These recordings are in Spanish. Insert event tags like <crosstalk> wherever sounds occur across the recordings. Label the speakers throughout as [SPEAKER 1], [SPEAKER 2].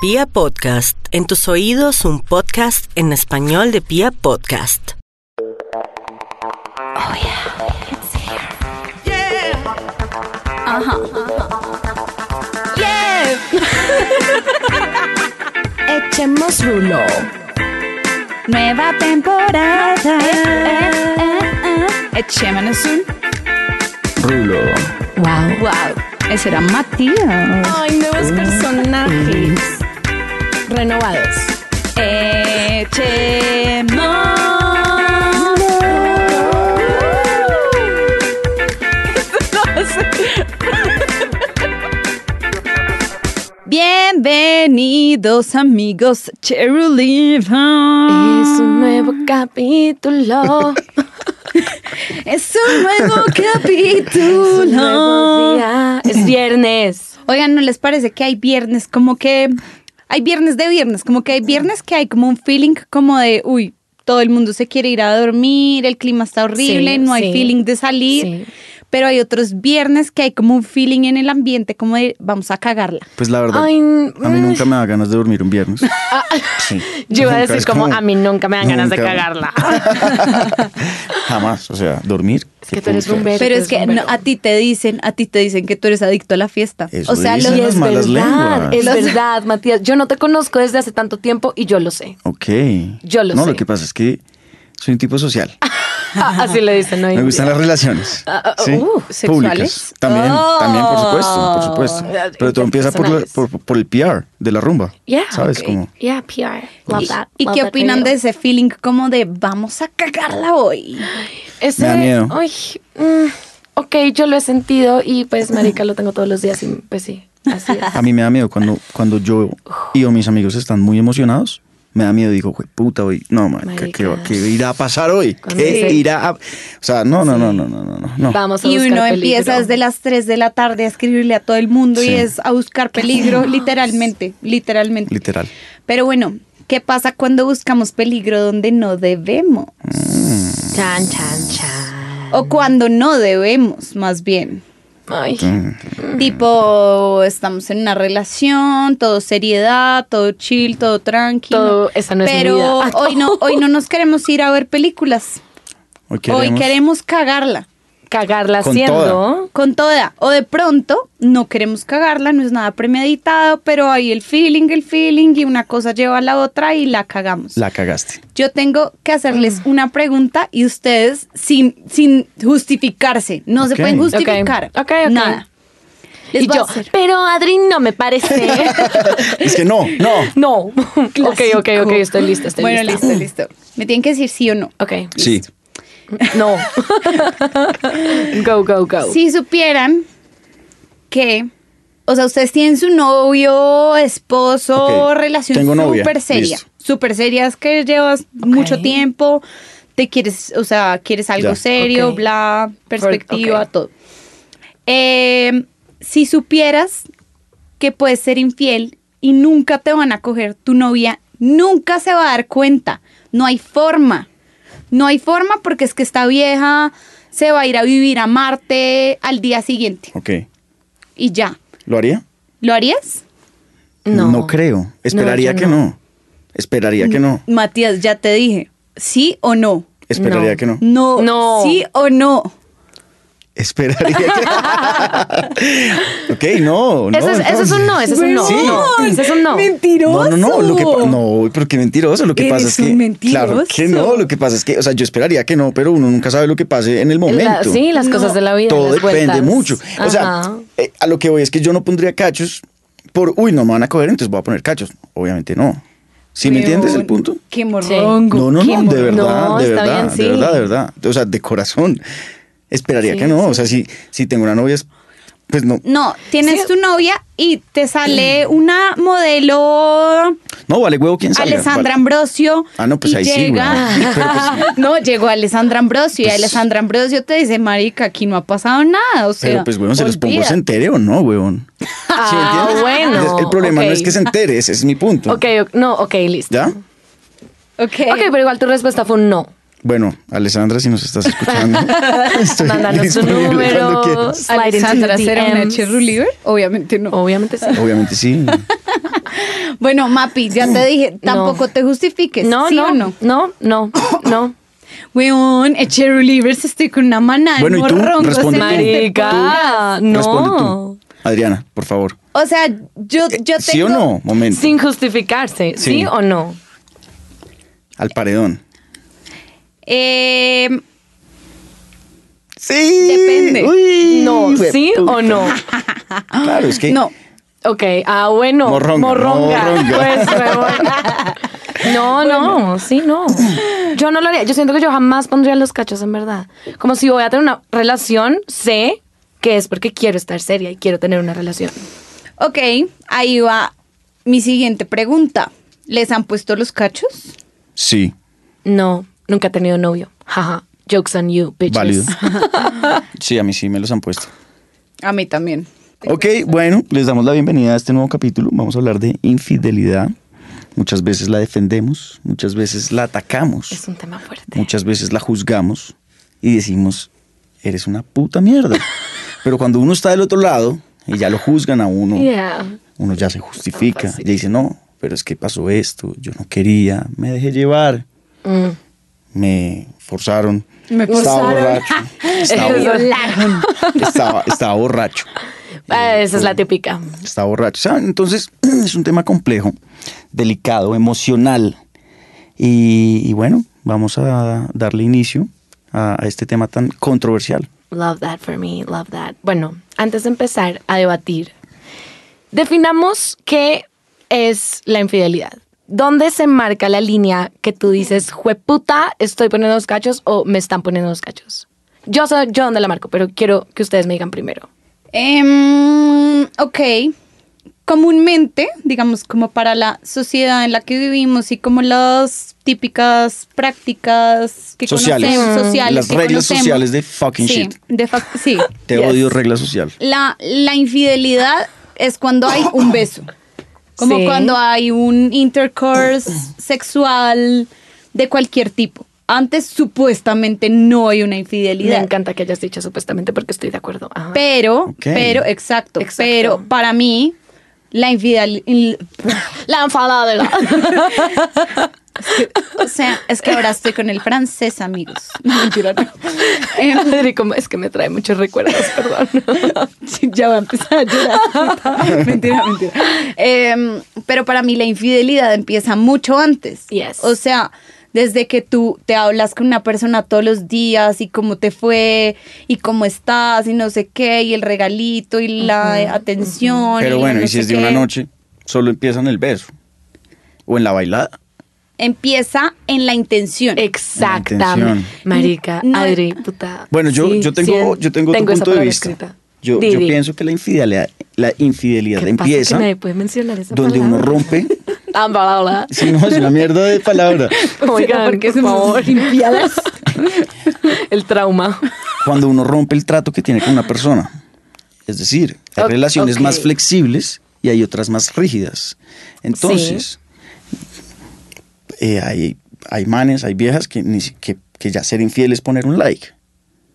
[SPEAKER 1] Pia Podcast, en tus oídos un podcast en español de Pia Podcast.
[SPEAKER 2] Oh yeah, it's here. Yeah. Uh huh. Yeah. <laughs> Echemos rulo. Nueva temporada. eh, Echémonos un
[SPEAKER 3] Rulo.
[SPEAKER 2] Wow, wow. Ese era Matías.
[SPEAKER 4] Hay nuevos personajes renovados.
[SPEAKER 2] Echemos. Bienvenidos amigos Cheruliva.
[SPEAKER 4] Es un nuevo <laughs> capítulo.
[SPEAKER 2] Es un nuevo capítulo.
[SPEAKER 4] un nuevo día. Es viernes.
[SPEAKER 2] Oigan, ¿no les parece que hay viernes como que hay viernes de viernes? Como que hay viernes que hay como un feeling como de, uy, todo el mundo se quiere ir a dormir, el clima está horrible,
[SPEAKER 4] Sí,
[SPEAKER 2] no hay
[SPEAKER 4] sí,
[SPEAKER 2] feeling de salir.
[SPEAKER 4] sí.
[SPEAKER 2] Pero hay otros viernes que hay como un feeling en el ambiente, como de vamos a cagarla.
[SPEAKER 3] Pues la verdad,
[SPEAKER 4] Ay, n-
[SPEAKER 3] a mí nunca me da ganas de dormir un
[SPEAKER 4] <laughs>
[SPEAKER 3] viernes. Sí.
[SPEAKER 4] Yo iba a
[SPEAKER 3] Nunca,
[SPEAKER 4] decir
[SPEAKER 3] es
[SPEAKER 4] como, a mí nunca me dan ganas de
[SPEAKER 3] nunca.
[SPEAKER 4] cagarla.
[SPEAKER 3] <laughs> Jamás, o sea, dormir.
[SPEAKER 4] Es que tú eres un
[SPEAKER 2] Pero,
[SPEAKER 4] ver-
[SPEAKER 2] es que no, a ti te dicen, a ti te dicen que tú eres adicto a la fiesta.
[SPEAKER 3] Eso
[SPEAKER 2] o sea,
[SPEAKER 3] dicen
[SPEAKER 2] los-
[SPEAKER 3] las malas
[SPEAKER 4] verdad,
[SPEAKER 3] lenguas.
[SPEAKER 4] es
[SPEAKER 2] Los-
[SPEAKER 4] verdad, Matías. Yo no te conozco desde hace tanto tiempo y yo lo sé.
[SPEAKER 3] Ok.
[SPEAKER 4] Yo lo
[SPEAKER 3] No,
[SPEAKER 4] sé.
[SPEAKER 3] lo que pasa es que soy un tipo social.
[SPEAKER 4] Ah, Así le dicen hoy.
[SPEAKER 3] Me
[SPEAKER 4] en
[SPEAKER 3] gustan
[SPEAKER 4] día.
[SPEAKER 3] las relaciones.
[SPEAKER 4] Ah, ah,
[SPEAKER 3] ¿sí?
[SPEAKER 4] uh,
[SPEAKER 2] ¿sexuales?
[SPEAKER 3] Públicas. También,
[SPEAKER 2] Oh.
[SPEAKER 3] también, por supuesto, por supuesto. Pero todo empieza por, la- por, por el PR de la rumba.
[SPEAKER 4] Yeah,
[SPEAKER 3] ¿Sabes?
[SPEAKER 4] ok.
[SPEAKER 3] Como,
[SPEAKER 4] Yeah, PR. Love
[SPEAKER 2] ¿Y,
[SPEAKER 4] that.
[SPEAKER 2] y
[SPEAKER 4] Love
[SPEAKER 2] qué
[SPEAKER 4] that
[SPEAKER 2] opinan de
[SPEAKER 4] video.
[SPEAKER 2] ese feeling como de vamos a cagarla hoy?
[SPEAKER 4] Ese-
[SPEAKER 3] Me da miedo.
[SPEAKER 4] Ay, mm, ok, yo lo he sentido y pues, marica, lo tengo todos los días y pues sí, así es.
[SPEAKER 3] a mí me da miedo cuando, cuando yo y o mis amigos están muy emocionados. Me da miedo, digo, güey, puta, hoy. No, man, ¿qué, qué,
[SPEAKER 4] Marica.
[SPEAKER 3] qué irá a pasar hoy?
[SPEAKER 4] Cuando
[SPEAKER 3] ¿Qué
[SPEAKER 4] dice-
[SPEAKER 3] irá a.? O sea, no, no, no, no, no, no. no.
[SPEAKER 4] Vamos a
[SPEAKER 2] Y
[SPEAKER 4] buscar
[SPEAKER 2] uno
[SPEAKER 4] peligro.
[SPEAKER 2] empieza desde las 3 de la tarde a escribirle a todo el mundo y
[SPEAKER 3] Sí.
[SPEAKER 2] es a buscar peligro, literalmente, literalmente.
[SPEAKER 3] Literal.
[SPEAKER 2] Pero bueno, ¿qué pasa cuando buscamos peligro donde no debemos?
[SPEAKER 4] Chan, chan, chan.
[SPEAKER 2] O cuando no debemos, más bien.
[SPEAKER 4] Ay,
[SPEAKER 3] Mm.
[SPEAKER 2] Tipo, estamos en una relación, todo seriedad, todo chill, todo tranquilo.
[SPEAKER 4] Todo, esa no es mi
[SPEAKER 2] Pero
[SPEAKER 4] vida.
[SPEAKER 2] hoy no, hoy no nos queremos ir a ver películas.
[SPEAKER 3] Hoy
[SPEAKER 2] Hoy queremos cagarla.
[SPEAKER 4] cagarla
[SPEAKER 3] Con
[SPEAKER 4] haciendo.
[SPEAKER 3] toda.
[SPEAKER 2] con toda. O de pronto no queremos cagarla, no es nada premeditado, pero hay el feeling, el feeling y una cosa lleva a la otra y la cagamos.
[SPEAKER 3] La cagaste.
[SPEAKER 2] Yo tengo que hacerles una pregunta y ustedes sin, sin justificarse, no se
[SPEAKER 3] Ok.
[SPEAKER 2] pueden
[SPEAKER 3] Ok.
[SPEAKER 2] justificar.
[SPEAKER 4] Ok, ok.
[SPEAKER 2] Nada. Les
[SPEAKER 4] Y
[SPEAKER 2] voy a
[SPEAKER 4] yo,
[SPEAKER 2] hacer-
[SPEAKER 4] pero Adri no me parece. <laughs>
[SPEAKER 3] Es que no, no.
[SPEAKER 4] no. ok, ok, ok, estoy lista, estoy
[SPEAKER 2] bueno,
[SPEAKER 4] lista.
[SPEAKER 2] listo, listo. Me tienen que decir sí o no.
[SPEAKER 4] Ok,
[SPEAKER 3] Sí.
[SPEAKER 4] <laughs> no. go, go, go.
[SPEAKER 2] Si supieran que, o sea, ustedes tienen su novio, esposo,
[SPEAKER 3] Ok,
[SPEAKER 2] relación
[SPEAKER 3] tengo novia,
[SPEAKER 2] súper seria.
[SPEAKER 3] listo.
[SPEAKER 2] Súper serias que llevas mucho tiempo, te quieres, o sea, quieres algo
[SPEAKER 3] Ya,
[SPEAKER 2] serio,
[SPEAKER 4] ok.
[SPEAKER 2] bla, perspectiva,
[SPEAKER 4] ok.
[SPEAKER 2] todo. Eh, si supieras que puedes ser infiel y nunca te van a coger, tu novia nunca se va a dar cuenta. No hay forma. No hay forma porque es que esta vieja se va a ir a vivir a Marte al día siguiente
[SPEAKER 3] Ok.
[SPEAKER 2] y ya.
[SPEAKER 3] ¿Lo haría?
[SPEAKER 2] ¿Lo harías?
[SPEAKER 4] No.
[SPEAKER 3] creo. Esperaría
[SPEAKER 4] yo
[SPEAKER 3] que
[SPEAKER 4] no.
[SPEAKER 3] no. Esperaría que no.
[SPEAKER 2] Matías, ya te dije, ¿sí o no?
[SPEAKER 3] Esperaría
[SPEAKER 4] No.
[SPEAKER 3] que
[SPEAKER 4] <laughs>
[SPEAKER 3] no.
[SPEAKER 2] No,
[SPEAKER 4] No.
[SPEAKER 2] sí o no.
[SPEAKER 3] Esperaría que <laughs> ok, no. no
[SPEAKER 4] Eso es, eso es un no, eso es un no.
[SPEAKER 3] Sí.
[SPEAKER 4] no, Eso es un no.
[SPEAKER 2] Mentiroso.
[SPEAKER 3] No, no, no, lo que pa- no, pero qué mentiroso, lo que
[SPEAKER 2] Eres
[SPEAKER 3] pasa es
[SPEAKER 2] un
[SPEAKER 3] que
[SPEAKER 2] mentiroso.
[SPEAKER 3] claro que no, lo que pasa es que, o sea, yo esperaría que no, pero uno nunca sabe lo que pase en el momento.
[SPEAKER 4] La- sí, las cosas de la vida.
[SPEAKER 3] Todo
[SPEAKER 4] las
[SPEAKER 3] depende
[SPEAKER 4] vueltas.
[SPEAKER 3] mucho. O sea,
[SPEAKER 4] Ajá.
[SPEAKER 3] eh, a lo que voy es que yo no pondría cachos por, uy, no me van a coger, entonces voy a poner cachos. Obviamente no. ¿Sí me entiendes el punto?
[SPEAKER 2] Qué morrongo.
[SPEAKER 3] No, no,
[SPEAKER 4] qué
[SPEAKER 3] no, de
[SPEAKER 4] mor-
[SPEAKER 3] verdad,
[SPEAKER 4] No,
[SPEAKER 3] de
[SPEAKER 4] está
[SPEAKER 3] verdad,
[SPEAKER 4] bien,
[SPEAKER 3] de
[SPEAKER 4] sí.
[SPEAKER 3] verdad, de verdad. O sea, de corazón. Esperaría
[SPEAKER 4] Sí,
[SPEAKER 3] que no. O sea, si, si tengo una novia, es- pues no.
[SPEAKER 2] No, tienes
[SPEAKER 4] Sí.
[SPEAKER 2] tu novia y te sale una modelo
[SPEAKER 3] No, vale huevo quién sabe.
[SPEAKER 2] Alessandra Ambrosio.
[SPEAKER 3] Ah, no, pues
[SPEAKER 2] y
[SPEAKER 3] ahí sí,
[SPEAKER 2] llega. <laughs>
[SPEAKER 3] güey. Pero pues-
[SPEAKER 2] no, llegó Alessandra Ambrosio y
[SPEAKER 3] Pues-
[SPEAKER 2] Alessandra Ambrosio te dice, marica, aquí no ha pasado nada. O sea,
[SPEAKER 3] Pero pues, weón, se los pongo
[SPEAKER 2] olvídate.
[SPEAKER 3] enteren o no, weón. ¿Sí
[SPEAKER 4] Ah,
[SPEAKER 3] entiendes?
[SPEAKER 4] bueno,
[SPEAKER 3] Entonces, El problema
[SPEAKER 4] ok.
[SPEAKER 3] no es que se entere, ese es mi punto.
[SPEAKER 4] Ok, ok, no, ok, listo.
[SPEAKER 3] ¿Ya?
[SPEAKER 2] Ok.
[SPEAKER 4] Ok, pues, pero igual tu respuesta fue un no.
[SPEAKER 3] Bueno, Alessandra, si nos estás
[SPEAKER 4] <laughs>
[SPEAKER 3] escuchando, estoy
[SPEAKER 4] Mándanos tu
[SPEAKER 3] disponible
[SPEAKER 4] número.
[SPEAKER 3] cuando quieras.
[SPEAKER 4] Slide into the Oh.
[SPEAKER 2] ¿será una
[SPEAKER 4] DMs.
[SPEAKER 2] cheerleader? Obviamente no.
[SPEAKER 4] Obviamente sí.
[SPEAKER 3] Obviamente sí.
[SPEAKER 2] Bueno, Mapi, ya te dije, tampoco te justifiques.
[SPEAKER 4] No,
[SPEAKER 2] ¿sí
[SPEAKER 4] no,
[SPEAKER 2] o no?
[SPEAKER 4] no, no, no.
[SPEAKER 2] Weón, eh, Cherry Livers estoy con una maná
[SPEAKER 3] Bueno, ¿y tú? Responde tú.
[SPEAKER 4] Marica,
[SPEAKER 3] Responde
[SPEAKER 4] no.
[SPEAKER 3] tú. Adriana, por favor.
[SPEAKER 2] O sea, yo, yo tengo...
[SPEAKER 3] Eh, ¿Sí o no? Momento.
[SPEAKER 4] Sin justificarse, ¿sí
[SPEAKER 3] Sí.
[SPEAKER 4] o no?
[SPEAKER 3] Al paredón.
[SPEAKER 2] Eh,
[SPEAKER 3] Sí.
[SPEAKER 2] Depende.
[SPEAKER 3] Uy,
[SPEAKER 4] No,
[SPEAKER 3] güey,
[SPEAKER 4] ¿sí
[SPEAKER 3] puta.
[SPEAKER 4] o no?
[SPEAKER 3] Claro, es que.
[SPEAKER 2] no,
[SPEAKER 4] Ok, ah, bueno.
[SPEAKER 3] Morronga,
[SPEAKER 4] Morronga.
[SPEAKER 3] morronga. <laughs>
[SPEAKER 4] Pues, huevón. No, no, sí, no. Yo no lo haría. Yo siento que yo jamás pondría los cachos, en verdad. Como si voy a tener una relación, sé que es porque quiero estar seria y quiero tener una relación.
[SPEAKER 2] ok, ahí va mi siguiente pregunta. ¿Les han puesto los cachos?
[SPEAKER 3] Sí.
[SPEAKER 4] No, nunca he tenido novio. Jaja. Jokes on you, bitches.
[SPEAKER 3] Válido. Sí, a mí sí me los han puesto.
[SPEAKER 2] A mí también.
[SPEAKER 3] Ok, bueno, les damos la bienvenida a este nuevo capítulo. Vamos a hablar de infidelidad. Muchas veces la defendemos, muchas veces la
[SPEAKER 4] <laughs> Es
[SPEAKER 3] atacamos,
[SPEAKER 4] un tema fuerte.
[SPEAKER 3] muchas veces la juzgamos y decimos, eres una puta mierda. Pero cuando uno está del otro lado y ya lo juzgan a uno,
[SPEAKER 4] Yeah.
[SPEAKER 3] uno ya se justifica,
[SPEAKER 4] Fácil.
[SPEAKER 3] ya dice, no, pero es que pasó esto, yo no quería, me dejé llevar,
[SPEAKER 4] Mm.
[SPEAKER 3] me forzaron,
[SPEAKER 2] Me
[SPEAKER 3] estaba
[SPEAKER 4] forzaron.
[SPEAKER 3] borracho,
[SPEAKER 2] <laughs>
[SPEAKER 3] estaba,
[SPEAKER 4] Eso es-
[SPEAKER 3] estaba- estaba borracho.
[SPEAKER 4] Ah, Esa es la típica.
[SPEAKER 3] está borracho. ¿saben? Entonces, <clears throat> es un tema complejo, delicado, emocional. Y, y bueno, vamos a darle inicio a, a este tema tan controversial.
[SPEAKER 4] Love that for me, love that. Bueno, antes de empezar a debatir, definamos qué es la infidelidad. ¿Dónde se marca la línea que tú dices, jueputa, estoy poniendo los cachos o me están poniendo los cachos? Yo sé yo dónde la marco, pero quiero que ustedes me digan primero.
[SPEAKER 2] Em, ok. Comúnmente, digamos, como para la sociedad en la que vivimos y como las típicas prácticas que
[SPEAKER 3] Sociales.
[SPEAKER 2] conocemos, sociales.
[SPEAKER 3] Las
[SPEAKER 2] que
[SPEAKER 3] reglas
[SPEAKER 2] conocemos.
[SPEAKER 3] sociales de fucking
[SPEAKER 2] sí,
[SPEAKER 3] shit.
[SPEAKER 2] de fac-
[SPEAKER 3] <laughs>
[SPEAKER 2] sí.
[SPEAKER 3] Te
[SPEAKER 2] Yes.
[SPEAKER 3] odio, regla social.
[SPEAKER 2] La, la infidelidad es cuando hay un beso. Como
[SPEAKER 4] Sí.
[SPEAKER 2] cuando hay un intercourse sexual de cualquier tipo. Antes supuestamente no hay una
[SPEAKER 4] Me
[SPEAKER 2] infidelidad.
[SPEAKER 4] encanta que hayas dicho supuestamente porque estoy de acuerdo. Ajá.
[SPEAKER 2] Pero,
[SPEAKER 3] Ok.
[SPEAKER 2] pero, exacto,
[SPEAKER 4] Exacto.
[SPEAKER 2] Pero para mí, la infidelidad.
[SPEAKER 4] <laughs>
[SPEAKER 2] <laughs>
[SPEAKER 4] La enfadada. <laughs>
[SPEAKER 2] O sea, es que ahora estoy con el francés, amigos. <laughs> No, mentira, no.
[SPEAKER 4] <laughs>
[SPEAKER 2] Em,
[SPEAKER 4] Adri, como es que me trae muchos recuerdos, perdón. <laughs>
[SPEAKER 2] ya va a empezar a llorar. <laughs> mentira, mentira. Em, pero para mí la infidelidad empieza mucho antes.
[SPEAKER 4] Yes.
[SPEAKER 2] O sea, desde que tú te hablas con una persona todos los días y cómo te fue y cómo estás y no sé qué y el regalito y la atención.
[SPEAKER 3] Pero
[SPEAKER 2] la
[SPEAKER 3] bueno,
[SPEAKER 2] no
[SPEAKER 3] y si
[SPEAKER 2] sé
[SPEAKER 3] es de
[SPEAKER 2] qué.
[SPEAKER 3] una noche, solo empiezan el beso. O en la bailada.
[SPEAKER 2] Empieza en la intención.
[SPEAKER 4] Exactamente.
[SPEAKER 3] intención.
[SPEAKER 4] Marica,
[SPEAKER 2] No,
[SPEAKER 4] Adri, puta.
[SPEAKER 3] Bueno, yo,
[SPEAKER 4] Sí,
[SPEAKER 3] yo tengo,
[SPEAKER 4] sí,
[SPEAKER 3] yo tengo, tu
[SPEAKER 4] esa
[SPEAKER 3] punto de
[SPEAKER 4] palabra
[SPEAKER 3] vista.
[SPEAKER 4] escrita.
[SPEAKER 3] Yo,
[SPEAKER 4] Di,
[SPEAKER 3] yo
[SPEAKER 4] di.
[SPEAKER 3] pienso que la infidelidad, la infidelidad
[SPEAKER 4] ¿Qué
[SPEAKER 3] empieza
[SPEAKER 4] Pasa que nadie puede mencionar esa
[SPEAKER 3] donde uno
[SPEAKER 4] palabra?
[SPEAKER 3] rompe.
[SPEAKER 4] <laughs>
[SPEAKER 3] <laughs>
[SPEAKER 4] Ah, bla, bla, bla.
[SPEAKER 3] Si no, es una mierda de palabra.
[SPEAKER 4] <laughs> Oigan,
[SPEAKER 2] porque
[SPEAKER 4] por
[SPEAKER 2] somos
[SPEAKER 4] favor.
[SPEAKER 2] limpiadas.
[SPEAKER 4] <laughs> El trauma.
[SPEAKER 3] cuando uno rompe el trato que tiene con una persona. Es decir, hay
[SPEAKER 4] Ok,
[SPEAKER 3] relaciones
[SPEAKER 4] ok.
[SPEAKER 3] más flexibles y hay otras más rígidas. Entonces, eh, hay, hay manes, hay viejas que, ni si- que, que ya ser infiel es poner un like.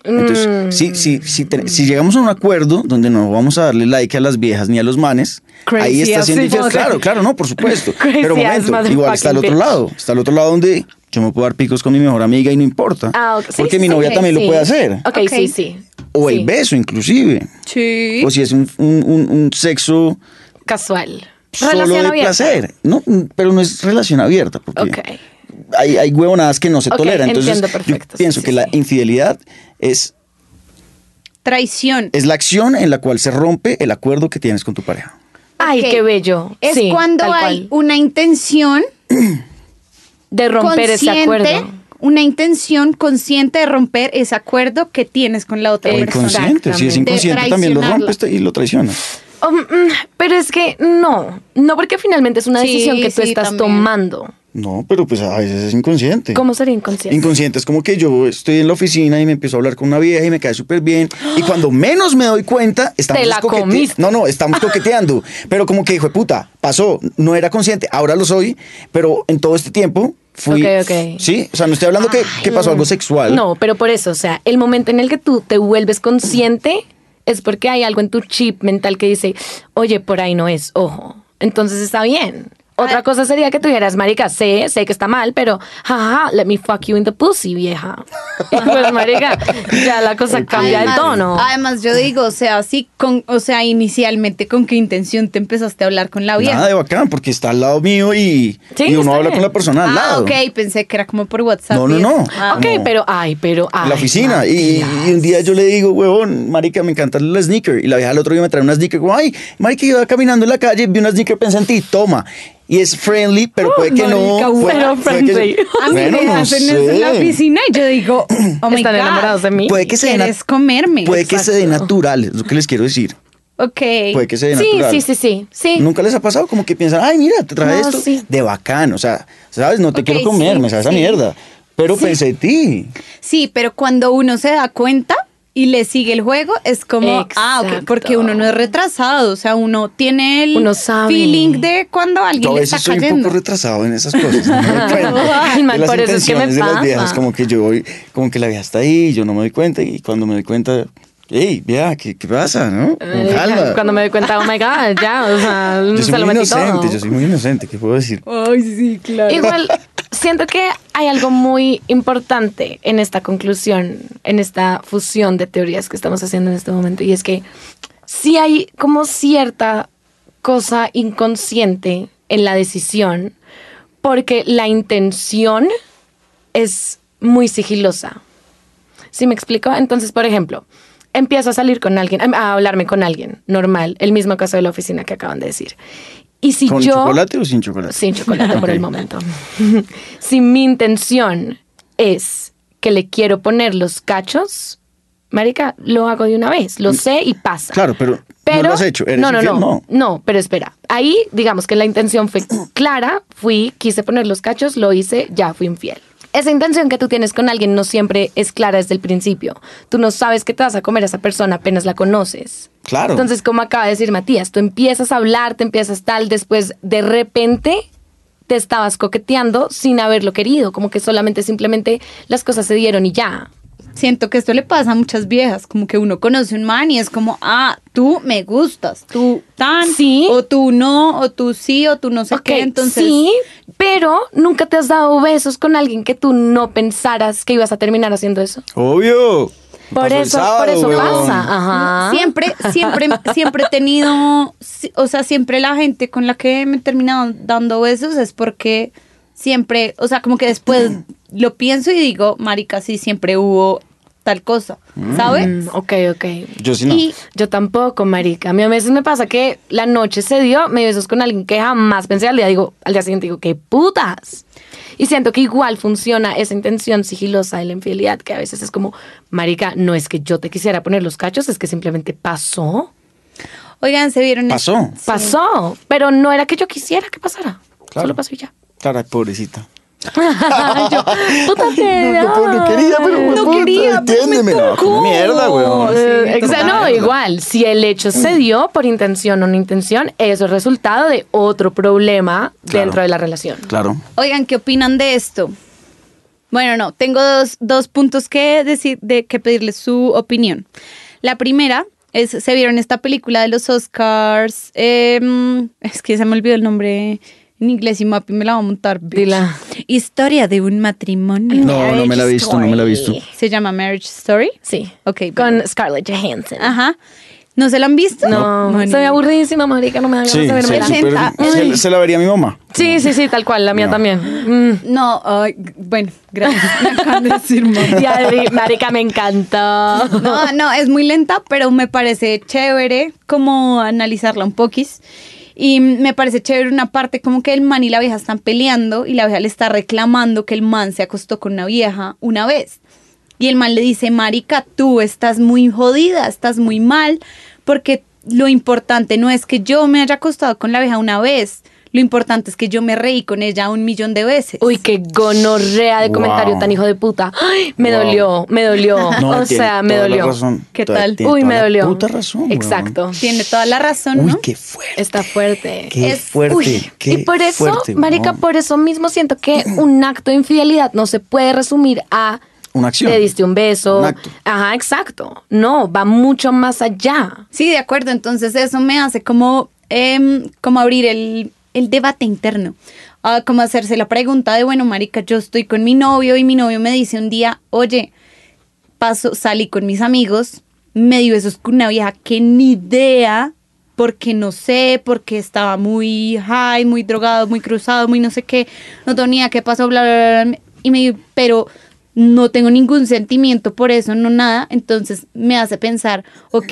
[SPEAKER 3] Entonces, si, si, si, te-
[SPEAKER 4] Mm.
[SPEAKER 3] si llegamos a un acuerdo donde no vamos a darle like a las viejas ni a los manes,
[SPEAKER 4] Crazy
[SPEAKER 3] ahí está
[SPEAKER 4] as
[SPEAKER 3] siendo
[SPEAKER 4] bitch.
[SPEAKER 3] infiel. Claro, claro, no, por supuesto.
[SPEAKER 4] <laughs> Crazy
[SPEAKER 3] Pero
[SPEAKER 4] as
[SPEAKER 3] momento, igual está el otro
[SPEAKER 4] motherfucking
[SPEAKER 3] lado. Está el otro lado donde yo me puedo dar picos con mi mejor amiga y no importa.
[SPEAKER 4] Ah, ok. Sí,
[SPEAKER 3] porque mi
[SPEAKER 4] sí,
[SPEAKER 3] novia
[SPEAKER 4] ok,
[SPEAKER 3] también
[SPEAKER 4] sí.
[SPEAKER 3] lo puede hacer.
[SPEAKER 4] Ok,
[SPEAKER 2] Ok.
[SPEAKER 4] sí, sí.
[SPEAKER 3] O
[SPEAKER 4] Sí.
[SPEAKER 3] el beso, inclusive.
[SPEAKER 2] <laughs> Sí.
[SPEAKER 3] O si es un, un- un- un sexo
[SPEAKER 4] Casual.
[SPEAKER 3] solo de
[SPEAKER 4] Relación abierta.
[SPEAKER 3] placer. No, mm, pero no es relación abierta. Porque
[SPEAKER 4] Ok.
[SPEAKER 3] hay, hay huevonadas que no se
[SPEAKER 4] Ok,
[SPEAKER 3] toleran. Entonces,
[SPEAKER 4] entiendo
[SPEAKER 3] yo
[SPEAKER 4] perfecto, sí,
[SPEAKER 3] pienso
[SPEAKER 4] sí,
[SPEAKER 3] que la
[SPEAKER 4] sí.
[SPEAKER 3] infidelidad es,
[SPEAKER 2] Traición.
[SPEAKER 3] es la acción en la cual se rompe el acuerdo que tienes con tu pareja.
[SPEAKER 4] Ay,
[SPEAKER 2] Ok.
[SPEAKER 4] qué bello.
[SPEAKER 2] Es
[SPEAKER 4] Sí,
[SPEAKER 2] cuando
[SPEAKER 4] tal
[SPEAKER 2] hay
[SPEAKER 4] cual.
[SPEAKER 2] una intención
[SPEAKER 4] de romper ese
[SPEAKER 2] consciente,
[SPEAKER 4] acuerdo.
[SPEAKER 2] una intención consciente de romper ese acuerdo que tienes con la otra
[SPEAKER 4] O
[SPEAKER 3] O
[SPEAKER 2] persona.
[SPEAKER 3] inconsciente. Si es
[SPEAKER 4] Exactamente.
[SPEAKER 3] inconsciente, también lo
[SPEAKER 2] Traicionarla.
[SPEAKER 3] rompes y lo traicionas.
[SPEAKER 4] Um, mm, pero es que no, no porque finalmente es una
[SPEAKER 2] Sí,
[SPEAKER 4] decisión que tú
[SPEAKER 2] sí,
[SPEAKER 4] estás
[SPEAKER 2] también.
[SPEAKER 4] tomando.
[SPEAKER 3] No, pero pues a veces es inconsciente.
[SPEAKER 4] ¿Cómo sería inconsciente?
[SPEAKER 3] Inconsciente es como que yo estoy en la oficina y me empiezo a hablar con una vieja y me cae súper bien. Y cuando menos me doy cuenta, estamos
[SPEAKER 4] Te la
[SPEAKER 3] coquete-
[SPEAKER 4] comiste.
[SPEAKER 3] No, no,
[SPEAKER 4] <laughs>
[SPEAKER 3] estamos coqueteando. Pero como que hijo de puta, pasó, no era consciente, ahora lo soy, pero en todo este tiempo fui.
[SPEAKER 4] Ok, ok.
[SPEAKER 3] Sí, o sea, no estoy hablando que, que pasó algo sexual.
[SPEAKER 4] No, pero por eso, o sea, el momento en el que tú te vuelves consciente es porque hay algo en tu chip mental que dice, oye, por ahí no es, ojo. Entonces está bien. Otra
[SPEAKER 2] Ay.
[SPEAKER 4] cosa sería que tú dijeras, marica, sé, sé que está mal, pero jaja, let me fuck you in the pussy, vieja. <laughs> Y pues, marica, ya la cosa cambia de
[SPEAKER 2] Además-
[SPEAKER 4] tono.
[SPEAKER 2] Además, yo digo, o sea, sí, con, o sea, inicialmente, ¿con qué intención te empezaste a hablar con la vieja?
[SPEAKER 3] Nada de bacán, porque está al lado mío y,
[SPEAKER 4] Sí,
[SPEAKER 3] y uno
[SPEAKER 4] está
[SPEAKER 3] habla
[SPEAKER 4] bien.
[SPEAKER 3] con la persona al
[SPEAKER 2] ah,
[SPEAKER 3] lado.
[SPEAKER 2] ok, pensé que era como por WhatsApp.
[SPEAKER 3] No, no,
[SPEAKER 2] y eso.
[SPEAKER 3] no.
[SPEAKER 2] Ah,
[SPEAKER 4] ok,
[SPEAKER 3] como-
[SPEAKER 4] pero, ay, pero, ay.
[SPEAKER 3] En la oficina. Y, y un día yo le digo, huevón, marica, me encanta la sneaker. Y la vieja al otro día me trae una sneaker. Como, ay, marica, yo iba caminando en la calle, vi una sneaker, pensé en ti, toma. Y es friendly, pero puede que
[SPEAKER 4] marica,
[SPEAKER 3] no. puede-
[SPEAKER 4] pero
[SPEAKER 3] puede que-
[SPEAKER 4] friendly.
[SPEAKER 2] A mí
[SPEAKER 3] Bueno,
[SPEAKER 2] me
[SPEAKER 3] no
[SPEAKER 2] hacen eso en la
[SPEAKER 3] sé.
[SPEAKER 2] oficina y yo digo,
[SPEAKER 3] <laughs>
[SPEAKER 2] oh my
[SPEAKER 4] Están
[SPEAKER 2] God,
[SPEAKER 4] enamorados de mí.
[SPEAKER 3] Puede que se dé
[SPEAKER 2] ¿Quieres
[SPEAKER 3] nat-
[SPEAKER 2] comerme?
[SPEAKER 3] Puede que se dé natural, es lo que les quiero decir.
[SPEAKER 2] Ok.
[SPEAKER 3] Puede que se dé
[SPEAKER 4] Sí,
[SPEAKER 3] natural.
[SPEAKER 4] sí, sí, sí. Sí.
[SPEAKER 3] ¿Nunca les ha pasado como que piensan, ay, mira, te trae
[SPEAKER 4] No,
[SPEAKER 3] esto
[SPEAKER 4] sí.
[SPEAKER 3] de bacán? O sea, ¿sabes? No te
[SPEAKER 2] Ok,
[SPEAKER 3] quiero comer,
[SPEAKER 2] sí,
[SPEAKER 3] me sabes a
[SPEAKER 2] sí.
[SPEAKER 3] mierda. Pero
[SPEAKER 2] Sí.
[SPEAKER 3] pensé en ti.
[SPEAKER 2] Sí, pero cuando uno se da cuenta y le sigue el juego, es como, ah, ok,
[SPEAKER 4] Exacto.
[SPEAKER 2] porque uno no es retrasado, o sea, uno tiene el
[SPEAKER 4] Uno sabe.
[SPEAKER 2] feeling de cuando alguien
[SPEAKER 3] Yo a
[SPEAKER 2] le está
[SPEAKER 3] veces soy un
[SPEAKER 2] cayendo.
[SPEAKER 3] poco retrasado en esas cosas.
[SPEAKER 4] <laughs>
[SPEAKER 3] no me doy cuenta
[SPEAKER 4] Ay,
[SPEAKER 3] de
[SPEAKER 4] man,
[SPEAKER 3] las
[SPEAKER 4] por eso es que me
[SPEAKER 3] intenciones de las
[SPEAKER 4] pasa.
[SPEAKER 3] viejas, como que yo voy, como que la vieja está ahí, yo no me doy cuenta y cuando me doy cuenta, hey, vieja, ¿qué, qué pasa, no? Como,
[SPEAKER 4] Marica,
[SPEAKER 3] calma.
[SPEAKER 4] Eh, Cuando me doy cuenta, oh my God, ya, o sea,
[SPEAKER 3] yo
[SPEAKER 4] se
[SPEAKER 3] soy
[SPEAKER 4] lo
[SPEAKER 3] muy
[SPEAKER 4] metí
[SPEAKER 3] inocente,
[SPEAKER 4] todo.
[SPEAKER 3] yo soy muy inocente, ¿qué puedo decir?
[SPEAKER 2] Ay, sí, claro.
[SPEAKER 4] Igual, siento que hay algo muy importante en esta conclusión, en esta fusión de teorías que estamos haciendo en este momento, y es que sí hay como cierta cosa inconsciente en la decisión, porque la intención es muy sigilosa. ¿Sí me explico? Entonces, por ejemplo, empiezo a salir con alguien, a- a hablarme con alguien, normal, el mismo caso de la oficina que acaban de decir. Y si
[SPEAKER 3] ¿Con
[SPEAKER 4] yo...
[SPEAKER 3] chocolate o sin chocolate?
[SPEAKER 4] Sin chocolate por el
[SPEAKER 3] Ok.
[SPEAKER 4] momento. <laughs> si mi intención es que le quiero poner los cachos, marica, lo hago de una vez, lo sé y pasa.
[SPEAKER 3] Mm, Claro, pero, no lo has hecho. ¿Eres
[SPEAKER 4] no, no,
[SPEAKER 3] infiel?
[SPEAKER 4] no, no, pero espera. Ahí, digamos que la
[SPEAKER 3] <clears throat>
[SPEAKER 4] intención fue clara, fui, quise poner los cachos, lo hice, ya fui infiel. Esa intención que tú tienes con alguien no siempre es clara desde el principio. Tú no sabes que te vas a comer a esa persona apenas la conoces.
[SPEAKER 3] Claro.
[SPEAKER 4] Entonces, como acaba de decir Matías, tú empiezas a hablar, te empiezas tal, después de repente te estabas coqueteando sin haberlo querido, como que solamente, simplemente las cosas se dieron y ya.
[SPEAKER 2] Siento que esto le pasa a muchas viejas, como que uno conoce un man y es como, ah, tú me gustas, tú tan,
[SPEAKER 4] Sí.
[SPEAKER 2] o tú no, o tú sí, o tú no sé
[SPEAKER 4] Ok,
[SPEAKER 2] qué, entonces...
[SPEAKER 4] sí, pero nunca te has dado besos con alguien que tú no pensaras que ibas a terminar haciendo eso.
[SPEAKER 3] Obvio.
[SPEAKER 4] Por
[SPEAKER 3] Pasó el
[SPEAKER 4] eso, por
[SPEAKER 3] sábado,
[SPEAKER 4] eso
[SPEAKER 3] huevón.
[SPEAKER 4] pasa. Ajá.
[SPEAKER 2] Siempre, siempre, siempre he tenido, si- o sea, siempre la gente con la que me he terminado dando besos es porque siempre, o sea, como que después lo pienso y digo, marica, sí, siempre hubo tal cosa, ¿sabes?
[SPEAKER 4] Mm, ok, ok.
[SPEAKER 3] Yo sí no.
[SPEAKER 2] Y-
[SPEAKER 4] Yo tampoco, marica. A mí a veces me pasa que la noche se dio, me besos con alguien que jamás pensé al día, digo, al día siguiente digo, qué putas. Y siento que igual funciona esa intención sigilosa de la infidelidad, que a veces es como, marica, no es que yo te quisiera poner los cachos, es que simplemente pasó.
[SPEAKER 2] Oigan, se vieron...
[SPEAKER 3] Pasó.
[SPEAKER 4] Pasó, pero no era que yo quisiera que pasara.
[SPEAKER 3] Claro.
[SPEAKER 4] Solo pasó y ya.
[SPEAKER 3] Claro, ay, pobrecita.
[SPEAKER 4] yo, puta te-
[SPEAKER 3] No, no, no quería, pero
[SPEAKER 4] ay.
[SPEAKER 3] puta,
[SPEAKER 2] quería, pero me
[SPEAKER 3] entiéndeme. No,
[SPEAKER 2] tocó.
[SPEAKER 3] mierda, weón.
[SPEAKER 4] pues, Eh,
[SPEAKER 2] Sí,
[SPEAKER 4] exa- no,
[SPEAKER 3] total.
[SPEAKER 4] igual, si el hecho se dio por intención o no intención, eso es resultado de otro problema
[SPEAKER 3] Claro.
[SPEAKER 4] dentro de la relación.
[SPEAKER 3] Claro.
[SPEAKER 2] Oigan, ¿qué opinan de esto? Bueno, no, tengo dos, dos puntos que decir, de que pedirles su opinión. La primera es, se vieron esta película de los Oscars, Em, es que se me olvidó el nombre en inglés y Mapi me la va a montar. bitch.
[SPEAKER 4] Dila.
[SPEAKER 2] Historia de un matrimonio.
[SPEAKER 3] No, no me la he visto, no me la he visto.
[SPEAKER 2] Se llama Marriage Story.
[SPEAKER 4] Sí.
[SPEAKER 2] Ok,
[SPEAKER 4] Con Scarlett Johansson.
[SPEAKER 2] Ajá. ¿No se la han visto?
[SPEAKER 4] Ah, no,
[SPEAKER 2] Bueno.
[SPEAKER 4] soy aburridísima, marica, no me da ganas
[SPEAKER 3] Sí,
[SPEAKER 4] de
[SPEAKER 3] sí,
[SPEAKER 4] vermela.
[SPEAKER 2] sí.
[SPEAKER 3] súper-
[SPEAKER 2] Ay.
[SPEAKER 3] se, se la vería a mi mamá.
[SPEAKER 4] Sí, sí, sí, tal cual, la mía
[SPEAKER 3] No.
[SPEAKER 4] también. <laughs> Mm.
[SPEAKER 2] No, ay, bueno, gracias. <laughs> Me acaban de decir Mapi.
[SPEAKER 4] Y Adri, marica, me encantó.
[SPEAKER 2] <laughs> No, no, es muy lenta, pero me parece chévere como analizarla un poquis. Y me parece chévere una parte como que el man y la vieja están peleando y la vieja le está reclamando que el man se acostó con una vieja una vez. Y el man le dice, marica, tú estás muy jodida, estás muy mal, porque lo importante no es que yo me haya acostado con la vieja una vez, lo importante es que yo me reí con ella un millón de veces.
[SPEAKER 4] Uy, qué gonorrea de
[SPEAKER 3] Wow.
[SPEAKER 4] comentario tan hijo de puta. Ay, me
[SPEAKER 3] Wow.
[SPEAKER 4] dolió, me dolió.
[SPEAKER 3] No,
[SPEAKER 4] o
[SPEAKER 3] tiene
[SPEAKER 4] sea, me
[SPEAKER 3] toda la
[SPEAKER 4] dolió.
[SPEAKER 3] razón.
[SPEAKER 2] ¿Qué
[SPEAKER 3] Toda-
[SPEAKER 2] tal?
[SPEAKER 3] tiene
[SPEAKER 4] Uy,
[SPEAKER 3] toda
[SPEAKER 4] me
[SPEAKER 3] la
[SPEAKER 4] dolió.
[SPEAKER 3] Puta razón. weón.
[SPEAKER 4] Exacto.
[SPEAKER 2] Tiene toda la razón,
[SPEAKER 3] Uy,
[SPEAKER 2] ¿no?
[SPEAKER 3] qué fuerte.
[SPEAKER 4] Está fuerte.
[SPEAKER 3] Qué
[SPEAKER 2] Es-
[SPEAKER 3] fuerte.
[SPEAKER 4] Uy,
[SPEAKER 3] qué
[SPEAKER 4] y por eso,
[SPEAKER 3] fuerte,
[SPEAKER 4] marica,
[SPEAKER 3] weón.
[SPEAKER 4] por eso mismo siento que un acto de infidelidad no se puede resumir a
[SPEAKER 3] Una acción.
[SPEAKER 4] te diste un beso.
[SPEAKER 3] Un acto.
[SPEAKER 4] Ajá, exacto. No, va mucho más allá.
[SPEAKER 2] Sí, de acuerdo. Entonces eso me hace como em, como abrir el, el debate interno, ah, como hacerse la pregunta de, bueno, marica, yo estoy con mi novio y mi novio me dice un día, oye, paso, salí con mis amigos, me dio besos con una vieja que ni idea, porque no sé, porque estaba muy high, muy drogado, muy cruzado, muy no sé qué, no tenía qué pasó, bla, bla, bla, bla, y me dijo, pero no tengo ningún sentimiento por eso, no nada, entonces me hace pensar, ok,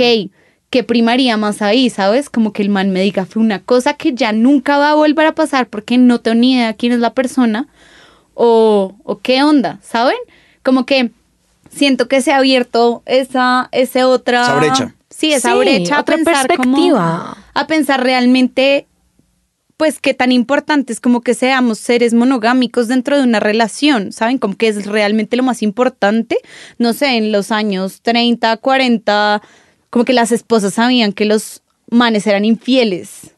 [SPEAKER 2] ¿qué primaría más ahí, sabes? Como que el man me diga, fue una cosa que ya nunca va a volver a pasar porque no tengo ni idea quién es la persona, o, o qué onda, ¿saben? Como que siento que se ha abierto esa, ese otra...
[SPEAKER 3] Esa brecha.
[SPEAKER 2] Sí, esa
[SPEAKER 4] Sí,
[SPEAKER 2] brecha.
[SPEAKER 4] otra
[SPEAKER 2] como-
[SPEAKER 4] perspectiva.
[SPEAKER 2] a pensar realmente, pues, qué tan importante es como que seamos seres monogámicos dentro de una relación, ¿saben? Como que es realmente lo más importante. No sé, en los años 30, 40, como que las esposas sabían que los manes eran infieles.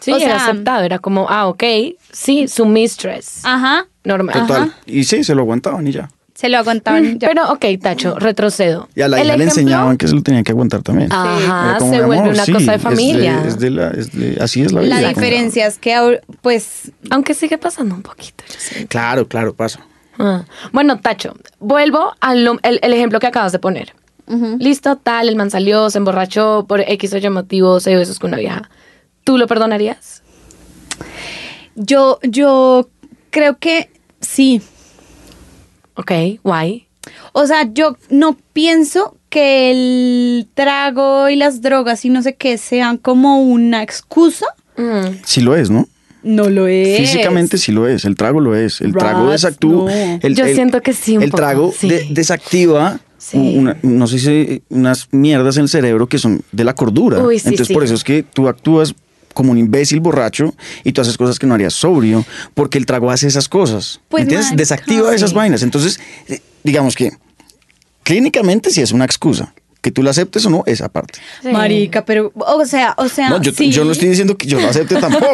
[SPEAKER 4] Sí,
[SPEAKER 2] O
[SPEAKER 4] era
[SPEAKER 2] sea-
[SPEAKER 4] aceptado, era como, ah, ok, sí, su mistress.
[SPEAKER 2] Ajá,
[SPEAKER 4] normal.
[SPEAKER 2] Ajá.
[SPEAKER 3] Total. Y sí, se lo aguantaban y ya.
[SPEAKER 2] se lo aguantaban. ya.
[SPEAKER 4] Mm, Pero, ok, Tacho, retrocedo.
[SPEAKER 3] Y a la
[SPEAKER 4] El
[SPEAKER 3] hija le
[SPEAKER 4] ejemplo-
[SPEAKER 3] enseñaban que se lo tenían que aguantar también.
[SPEAKER 4] Ajá,
[SPEAKER 3] Era como,
[SPEAKER 4] se
[SPEAKER 3] mi
[SPEAKER 4] vuelve
[SPEAKER 3] amor,
[SPEAKER 4] una
[SPEAKER 3] sí,
[SPEAKER 4] cosa de
[SPEAKER 3] es
[SPEAKER 4] familia.
[SPEAKER 3] es de la- es de- así es la
[SPEAKER 2] la
[SPEAKER 3] vida. como-
[SPEAKER 2] diferencia es que, ahora, pues,
[SPEAKER 4] Aunque sigue pasando un poquito, yo siento.
[SPEAKER 3] Claro, claro, pasa.
[SPEAKER 4] Ah. Bueno, Tacho, vuelvo al lo- el, el ejemplo que acabas de poner. Listo, tal, el man salió, se emborrachó por X o Y motivo, se dio besos con una vieja. ¿Tú lo perdonarías?
[SPEAKER 2] yo, yo creo que sí,
[SPEAKER 4] Ok, guay.
[SPEAKER 2] O sea, yo no pienso que el trago y las drogas y no sé qué sean como una excusa.
[SPEAKER 3] Sí lo es, ¿no?
[SPEAKER 2] No lo es.
[SPEAKER 3] Físicamente sí lo es, el trago lo es, el trago
[SPEAKER 2] Rats,
[SPEAKER 3] desactúa.
[SPEAKER 2] no.
[SPEAKER 3] el-
[SPEAKER 4] Yo
[SPEAKER 3] el-
[SPEAKER 4] siento que sí un
[SPEAKER 3] el
[SPEAKER 4] poco,
[SPEAKER 3] trago
[SPEAKER 4] sí.
[SPEAKER 3] de- desactiva,
[SPEAKER 4] Sí.
[SPEAKER 3] una- no sé si unas mierdas en el cerebro que son de la cordura.
[SPEAKER 4] Uy, sí,
[SPEAKER 3] Entonces
[SPEAKER 4] sí.
[SPEAKER 3] por eso es que tú actúas como un imbécil borracho y tú haces cosas que no harías sobrio porque el trago hace esas cosas.
[SPEAKER 2] Pues,
[SPEAKER 3] ¿Entiendes?
[SPEAKER 2] marica,
[SPEAKER 3] Desactiva esas
[SPEAKER 2] sí.
[SPEAKER 3] vainas. Entonces, eh, digamos que clínicamente sí es una excusa. Que tú la aceptes o no, esa parte.
[SPEAKER 4] Sí.
[SPEAKER 2] Marica, pero, o sea, o sea,
[SPEAKER 3] No, yo,
[SPEAKER 2] sí.
[SPEAKER 3] yo no estoy diciendo que yo lo acepte
[SPEAKER 4] <laughs>
[SPEAKER 3] tampoco,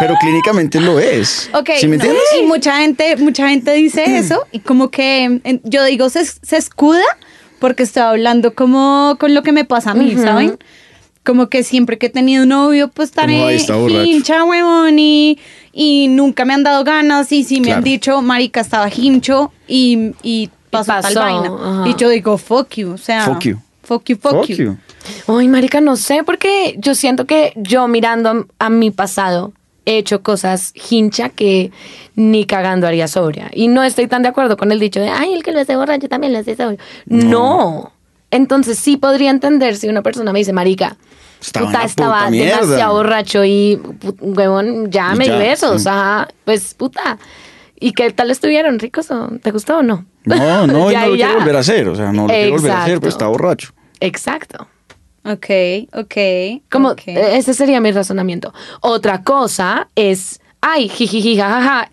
[SPEAKER 3] pero clínicamente lo es.
[SPEAKER 2] Ok,
[SPEAKER 3] ¿Sí me
[SPEAKER 2] no.
[SPEAKER 3] entiendes?
[SPEAKER 2] y mucha gente, mucha gente
[SPEAKER 3] <clears throat>
[SPEAKER 2] dice eso y como que en- yo digo se, se escuda porque estoy hablando como con lo que me pasa a mí, ¿saben? Como que siempre que he tenido un novio, pues
[SPEAKER 3] Como, "Ay,
[SPEAKER 2] estaré
[SPEAKER 3] está borracho".
[SPEAKER 2] hincha, huevón, y, y nunca me han dado ganas y sí me han
[SPEAKER 3] Claro.
[SPEAKER 2] dicho, marica, estaba hincho y, y pasó, tal
[SPEAKER 4] pasó,
[SPEAKER 2] vaina.
[SPEAKER 4] ajá.
[SPEAKER 2] Y yo digo, fuck you, o sea...
[SPEAKER 3] Fuck you.
[SPEAKER 2] Fuck you, fuck, you.
[SPEAKER 4] Ay, marica, no sé, porque yo siento que yo mirando a, a mi pasado he hecho cosas hincha que ni cagando haría sobria. Y no estoy tan de acuerdo con el dicho de, ay, el que lo hace borracho también lo hace sobrio. No. Entonces sí podría entender si una persona me dice, marica,
[SPEAKER 3] Estaba en
[SPEAKER 4] puta,
[SPEAKER 3] la
[SPEAKER 4] estaba
[SPEAKER 3] puta mierda".
[SPEAKER 4] demasiado borracho y, pu- huevón, ya
[SPEAKER 3] Y
[SPEAKER 4] me di
[SPEAKER 3] ya,
[SPEAKER 4] besos,
[SPEAKER 3] sí.
[SPEAKER 4] ajá, pues, puta. ¿Y qué tal estuvieron? ¿Ricos o te gustó o no?
[SPEAKER 3] No,
[SPEAKER 4] <laughs>
[SPEAKER 3] no, y
[SPEAKER 4] Ya,
[SPEAKER 3] no lo
[SPEAKER 4] ya.
[SPEAKER 3] quiero volver a hacer. O sea, no lo quiero volver a hacer,
[SPEAKER 4] Exacto.
[SPEAKER 3] pues está borracho.
[SPEAKER 4] Exacto.
[SPEAKER 2] Ok, ok.
[SPEAKER 4] Como
[SPEAKER 2] ok.
[SPEAKER 4] eh, ese sería mi razonamiento. Otra cosa es, ay, jijiji, jajaja,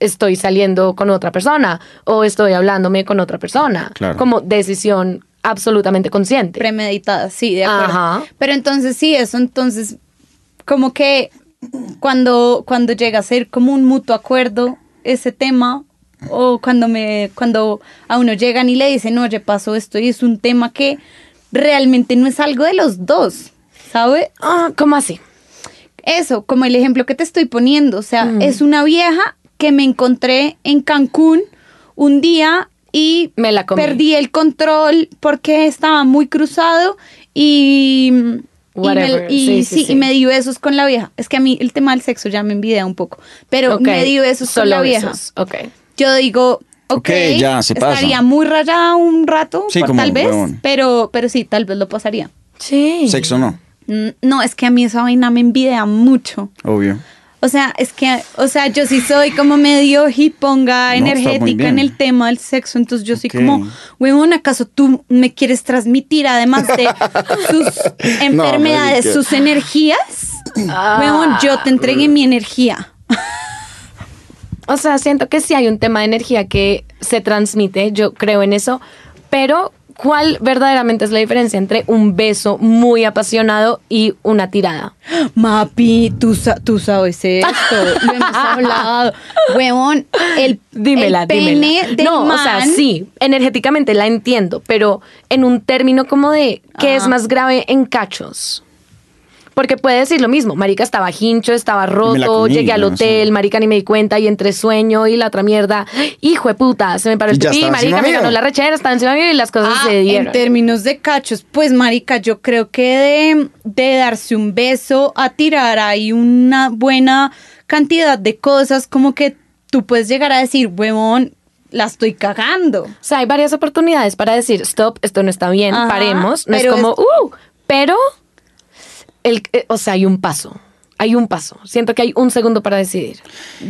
[SPEAKER 4] estoy saliendo con otra persona o estoy hablándome con otra persona.
[SPEAKER 3] Claro.
[SPEAKER 4] Como decisión absolutamente consciente.
[SPEAKER 2] premeditada, sí, de acuerdo.
[SPEAKER 4] Ajá.
[SPEAKER 2] Pero entonces sí, eso entonces como que cuando cuando llega a ser como un mutuo acuerdo ese tema o cuando me cuando a uno llegan y le dicen, "Oye, pasó esto" y es un tema que realmente no es algo de los dos, ¿sabe?
[SPEAKER 4] Ah, ¿Cómo así?
[SPEAKER 2] Eso, como el ejemplo que te estoy poniendo, o sea,
[SPEAKER 4] Mm.
[SPEAKER 2] es una vieja que me encontré en Cancún un día y
[SPEAKER 4] Me la comí.
[SPEAKER 2] perdí el control porque estaba muy cruzado y, y
[SPEAKER 4] Whatever,
[SPEAKER 2] me, y
[SPEAKER 4] sí, sí,
[SPEAKER 2] sí,
[SPEAKER 4] sí.
[SPEAKER 2] y me di besos con la vieja. Es que a mí el tema del sexo ya me envidia un poco, pero
[SPEAKER 4] Ok,
[SPEAKER 2] me di besos con la vieja.
[SPEAKER 4] besos, Ok.
[SPEAKER 2] Yo digo, ok,
[SPEAKER 3] Ok, ya, se pasa.
[SPEAKER 2] estaría muy rayada un rato,
[SPEAKER 3] Sí,
[SPEAKER 2] por-
[SPEAKER 3] como,
[SPEAKER 2] tal vez,
[SPEAKER 3] huevón.
[SPEAKER 2] pero, pero sí, tal vez lo pasaría.
[SPEAKER 4] Sí.
[SPEAKER 3] Sexo no,
[SPEAKER 2] Mm, No, es que a mí esa vaina me envidia mucho.
[SPEAKER 3] obvio.
[SPEAKER 2] O sea, es que, o sea, yo sí soy como medio hiponga,
[SPEAKER 3] No, está muy
[SPEAKER 2] energética en
[SPEAKER 3] bien.
[SPEAKER 2] el tema del sexo, entonces yo soy
[SPEAKER 3] Ok.
[SPEAKER 2] como, huevón, ¿acaso tú me quieres transmitir además de
[SPEAKER 3] <laughs>
[SPEAKER 2] sus enfermedades,
[SPEAKER 3] marica.
[SPEAKER 2] sus energías?
[SPEAKER 4] Ah.
[SPEAKER 2] Huevón, yo te entregué mi energía.
[SPEAKER 4] O sea, siento que sí hay un tema de energía que se transmite, yo creo en eso, pero ¿cuál verdaderamente es la diferencia entre un beso muy apasionado y una tirada?
[SPEAKER 2] Mapi, tú, sa- tú sabes esto, lo
[SPEAKER 4] <laughs>
[SPEAKER 2] hemos hablado. Huevón, el,
[SPEAKER 4] Dímela,
[SPEAKER 2] el pene
[SPEAKER 4] dímela.
[SPEAKER 2] del
[SPEAKER 4] no, o sea,
[SPEAKER 2] man-
[SPEAKER 4] sí, energéticamente la entiendo, pero en un término como de ¿qué es más grave en cachos? Porque puede decir lo mismo, marica estaba hincho, estaba roto,
[SPEAKER 3] comí,
[SPEAKER 4] llegué al
[SPEAKER 3] ¿no?
[SPEAKER 4] hotel,
[SPEAKER 3] Sí.
[SPEAKER 4] marica ni me di cuenta y entre sueño y la otra mierda, hijo de puta, se me paró el
[SPEAKER 3] Y ya
[SPEAKER 4] pipí,
[SPEAKER 3] estaba
[SPEAKER 4] marica
[SPEAKER 3] encima
[SPEAKER 4] me
[SPEAKER 3] mío.
[SPEAKER 4] ganó la rechera, estaba encima mío y las cosas
[SPEAKER 2] Ah,
[SPEAKER 4] se
[SPEAKER 2] en
[SPEAKER 4] dieron.
[SPEAKER 2] términos de cachos, pues marica, yo creo que de, de darse un beso a tirar ahí una buena cantidad de cosas, como que tú puedes llegar a decir, huevón, la estoy cagando.
[SPEAKER 4] O sea, hay varias oportunidades para decir, stop, esto no está bien,
[SPEAKER 2] Ajá,
[SPEAKER 4] paremos. No es
[SPEAKER 2] pero
[SPEAKER 4] como,
[SPEAKER 2] es-
[SPEAKER 4] uh, pero, el, eh, o sea, hay un paso, hay un paso. Siento que hay un segundo para decidir.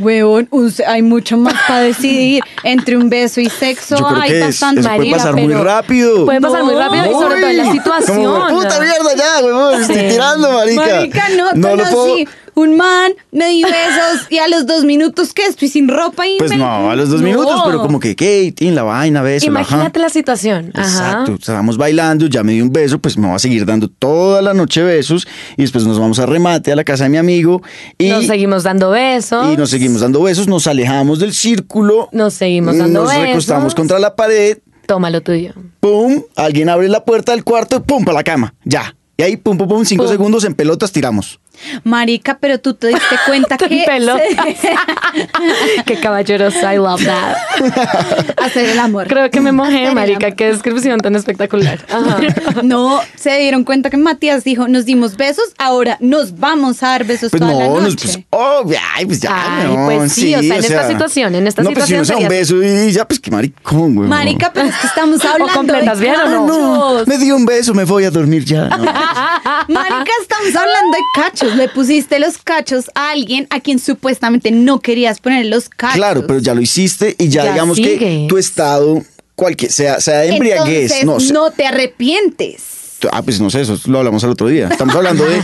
[SPEAKER 2] Huevón, un se- hay mucho más para decidir. Entre un beso y sexo
[SPEAKER 3] Yo creo
[SPEAKER 2] hay
[SPEAKER 3] que es-
[SPEAKER 2] bastante
[SPEAKER 3] eso puede
[SPEAKER 2] marica,
[SPEAKER 3] pasar muy
[SPEAKER 2] pero-
[SPEAKER 3] rápido.
[SPEAKER 4] Puede pasar muy
[SPEAKER 2] No.
[SPEAKER 4] rápido y sobre todo en la
[SPEAKER 3] Uy,
[SPEAKER 4] situación.
[SPEAKER 3] como, puta mierda ya, huevón, estoy tirando, marica.
[SPEAKER 2] Marica, no,
[SPEAKER 3] lo
[SPEAKER 2] conocí
[SPEAKER 3] puedo-
[SPEAKER 2] un man, me di besos y a los dos minutos que estoy sin ropa y
[SPEAKER 3] Pues
[SPEAKER 2] me-
[SPEAKER 3] no, a los dos
[SPEAKER 2] No.
[SPEAKER 3] minutos, pero como que, Kate, tin, la vaina, beso, ajá.
[SPEAKER 4] Imagínate la situación. Ajá.
[SPEAKER 3] Exacto, estábamos bailando, ya me di un beso, pues me va a seguir dando toda la noche besos y después nos vamos a remate a la casa de mi amigo y
[SPEAKER 4] nos seguimos dando besos.
[SPEAKER 3] y nos seguimos dando besos, nos alejamos del círculo,
[SPEAKER 4] Nos seguimos dando
[SPEAKER 3] nos recostamos
[SPEAKER 4] besos.
[SPEAKER 3] contra la pared,
[SPEAKER 4] Toma lo tuyo.
[SPEAKER 3] pum, alguien abre la puerta del cuarto, pum, para la cama, ya. Y ahí, pum, pum, pum, cinco
[SPEAKER 4] Pum.
[SPEAKER 3] segundos en pelotas tiramos.
[SPEAKER 2] Marica, pero tú te diste
[SPEAKER 4] <laughs>
[SPEAKER 2] cuenta que
[SPEAKER 4] pelotas. <laughs> Qué caballerosa, I love that.
[SPEAKER 2] <laughs> hacer el amor.
[SPEAKER 4] Creo que me mojé,
[SPEAKER 2] Hacer el
[SPEAKER 4] marica.
[SPEAKER 2] amor.
[SPEAKER 4] Qué descripción tan espectacular. Ajá.
[SPEAKER 2] No, se dieron cuenta que Matías dijo, nos dimos besos, ahora nos vamos a dar besos
[SPEAKER 3] Pues
[SPEAKER 2] toda
[SPEAKER 3] no,
[SPEAKER 2] la
[SPEAKER 3] nos-
[SPEAKER 2] noche.
[SPEAKER 3] pues, oh, ay, pues ya,
[SPEAKER 4] Ay,
[SPEAKER 3] no,
[SPEAKER 4] pues sí, o sea, en esta situación, en esta
[SPEAKER 3] no, pues, si
[SPEAKER 4] situación
[SPEAKER 3] uno se da un beso y ya, pues qué maricón, güey.
[SPEAKER 2] Marica, pero es que estamos hablando
[SPEAKER 4] completas
[SPEAKER 2] de
[SPEAKER 4] bien o
[SPEAKER 2] cachos.
[SPEAKER 4] no.
[SPEAKER 3] No,
[SPEAKER 4] <laughs>
[SPEAKER 3] me dio un beso, me voy a dormir ya. no.
[SPEAKER 2] Marica, estamos hablando de cachos. Le pusiste los cachos a alguien a quien supuestamente no querías poner los cachos.
[SPEAKER 3] Claro, pero ya lo hiciste y ya,
[SPEAKER 4] Ya
[SPEAKER 3] digamos
[SPEAKER 4] sigues.
[SPEAKER 3] que tu estado, cualquier, sea, sea de embriaguez,
[SPEAKER 2] Entonces,
[SPEAKER 3] no,
[SPEAKER 2] no,
[SPEAKER 3] se-
[SPEAKER 2] te arrepientes.
[SPEAKER 3] Ah, pues no sé, eso lo hablamos al otro día. Estamos hablando de,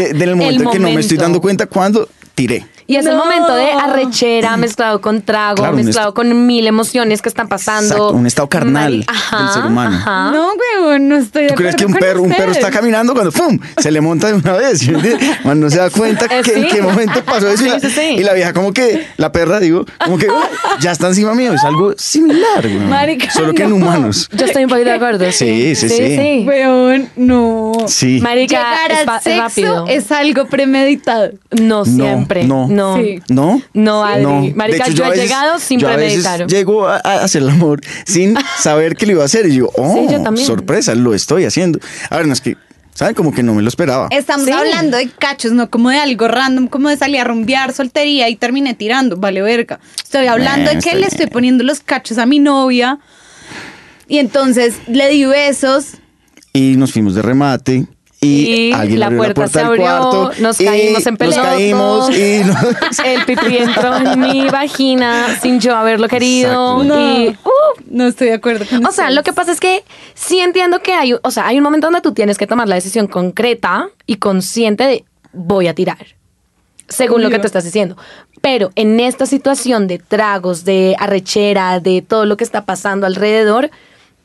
[SPEAKER 3] de-
[SPEAKER 4] <laughs>
[SPEAKER 3] del momento en que no me estoy
[SPEAKER 4] momento.
[SPEAKER 3] dando cuenta cuando tiré.
[SPEAKER 4] Y es el
[SPEAKER 2] No.
[SPEAKER 4] momento de arrechera mezclado con trago,
[SPEAKER 3] Claro, un
[SPEAKER 4] mezclado
[SPEAKER 3] est-
[SPEAKER 4] con mil emociones que están pasando.
[SPEAKER 3] Exacto, un estado carnal
[SPEAKER 4] Mari- Ajá,
[SPEAKER 3] del ser humano.
[SPEAKER 4] ajá.
[SPEAKER 2] No, huevón, no estoy de
[SPEAKER 3] ¿Tú crees que un
[SPEAKER 2] acuerdo con
[SPEAKER 3] perro, un perro
[SPEAKER 2] ustedes.
[SPEAKER 3] está caminando cuando ¡pum! se le monta de una vez? ¿sí me entiendes? Man, no se da cuenta
[SPEAKER 4] Eh,
[SPEAKER 3] que en
[SPEAKER 4] sí.
[SPEAKER 3] qué momento pasó eso. Y la,
[SPEAKER 4] Sí, sí, sí.
[SPEAKER 3] y la vieja, como que, la perra, digo, como
[SPEAKER 4] <laughs>
[SPEAKER 3] que "Uy, ya está encima mío. Es algo similar, güey.
[SPEAKER 2] Marica,
[SPEAKER 3] Mm. Solo que en
[SPEAKER 2] no.
[SPEAKER 3] humanos.
[SPEAKER 4] Yo estoy un poquito de acuerdo.
[SPEAKER 3] Sí, sí, sí.
[SPEAKER 2] Weón, no.
[SPEAKER 3] Sí.
[SPEAKER 4] Marica,
[SPEAKER 2] Llegar
[SPEAKER 4] es,
[SPEAKER 2] al
[SPEAKER 4] pa- es
[SPEAKER 2] sexo
[SPEAKER 4] rápido.
[SPEAKER 2] es algo premeditado.
[SPEAKER 4] No siempre. No.
[SPEAKER 3] no.
[SPEAKER 2] Sí.
[SPEAKER 3] ¿No?
[SPEAKER 4] No, Adri.
[SPEAKER 3] No.
[SPEAKER 4] Marica,
[SPEAKER 3] De hecho,
[SPEAKER 4] yo he
[SPEAKER 3] a veces-
[SPEAKER 4] llegado sin
[SPEAKER 3] yo a veces
[SPEAKER 4] premeditar.
[SPEAKER 3] Llego a, a hacer el amor
[SPEAKER 4] <laughs>
[SPEAKER 3] sin saber que lo iba a hacer. Y yo, oh,
[SPEAKER 4] yo también.
[SPEAKER 3] sorpresa, lo estoy haciendo. A ver, no es que, ¿saben? Como que no me lo esperaba.
[SPEAKER 2] Estamos
[SPEAKER 4] Sí.
[SPEAKER 2] hablando de cachos, no como de algo random, como de salir a rumbear, soltería y terminé tirando. Vale, verga. Estoy hablando
[SPEAKER 3] Bueno,
[SPEAKER 2] de que
[SPEAKER 3] está
[SPEAKER 2] le
[SPEAKER 3] bien.
[SPEAKER 2] estoy poniendo los cachos a mi novia. Y entonces le di besos.
[SPEAKER 3] Y nos fuimos de remate. Y,
[SPEAKER 4] Y
[SPEAKER 3] alguien
[SPEAKER 4] la
[SPEAKER 3] abrió
[SPEAKER 4] puerta
[SPEAKER 3] la puerta
[SPEAKER 4] se
[SPEAKER 3] del
[SPEAKER 4] abrió,
[SPEAKER 3] cuarto.
[SPEAKER 4] nos
[SPEAKER 3] y
[SPEAKER 4] caímos en pelotas.
[SPEAKER 3] Nos caímos y
[SPEAKER 4] <laughs>
[SPEAKER 3] nos-
[SPEAKER 4] El pipí entró en mi vagina sin yo haberlo querido.
[SPEAKER 3] Exacto.
[SPEAKER 4] Y,
[SPEAKER 2] No, uh, no estoy de acuerdo con
[SPEAKER 4] o sea,
[SPEAKER 2] ustedes.
[SPEAKER 4] lo que pasa es que sí entiendo que hay, o sea, hay un momento donde tú tienes que tomar la decisión concreta y consciente de voy a tirar, según lo que
[SPEAKER 2] Obvio.
[SPEAKER 4] te estás diciendo. Pero en esta situación de tragos, de arrechera, de todo lo que está pasando alrededor,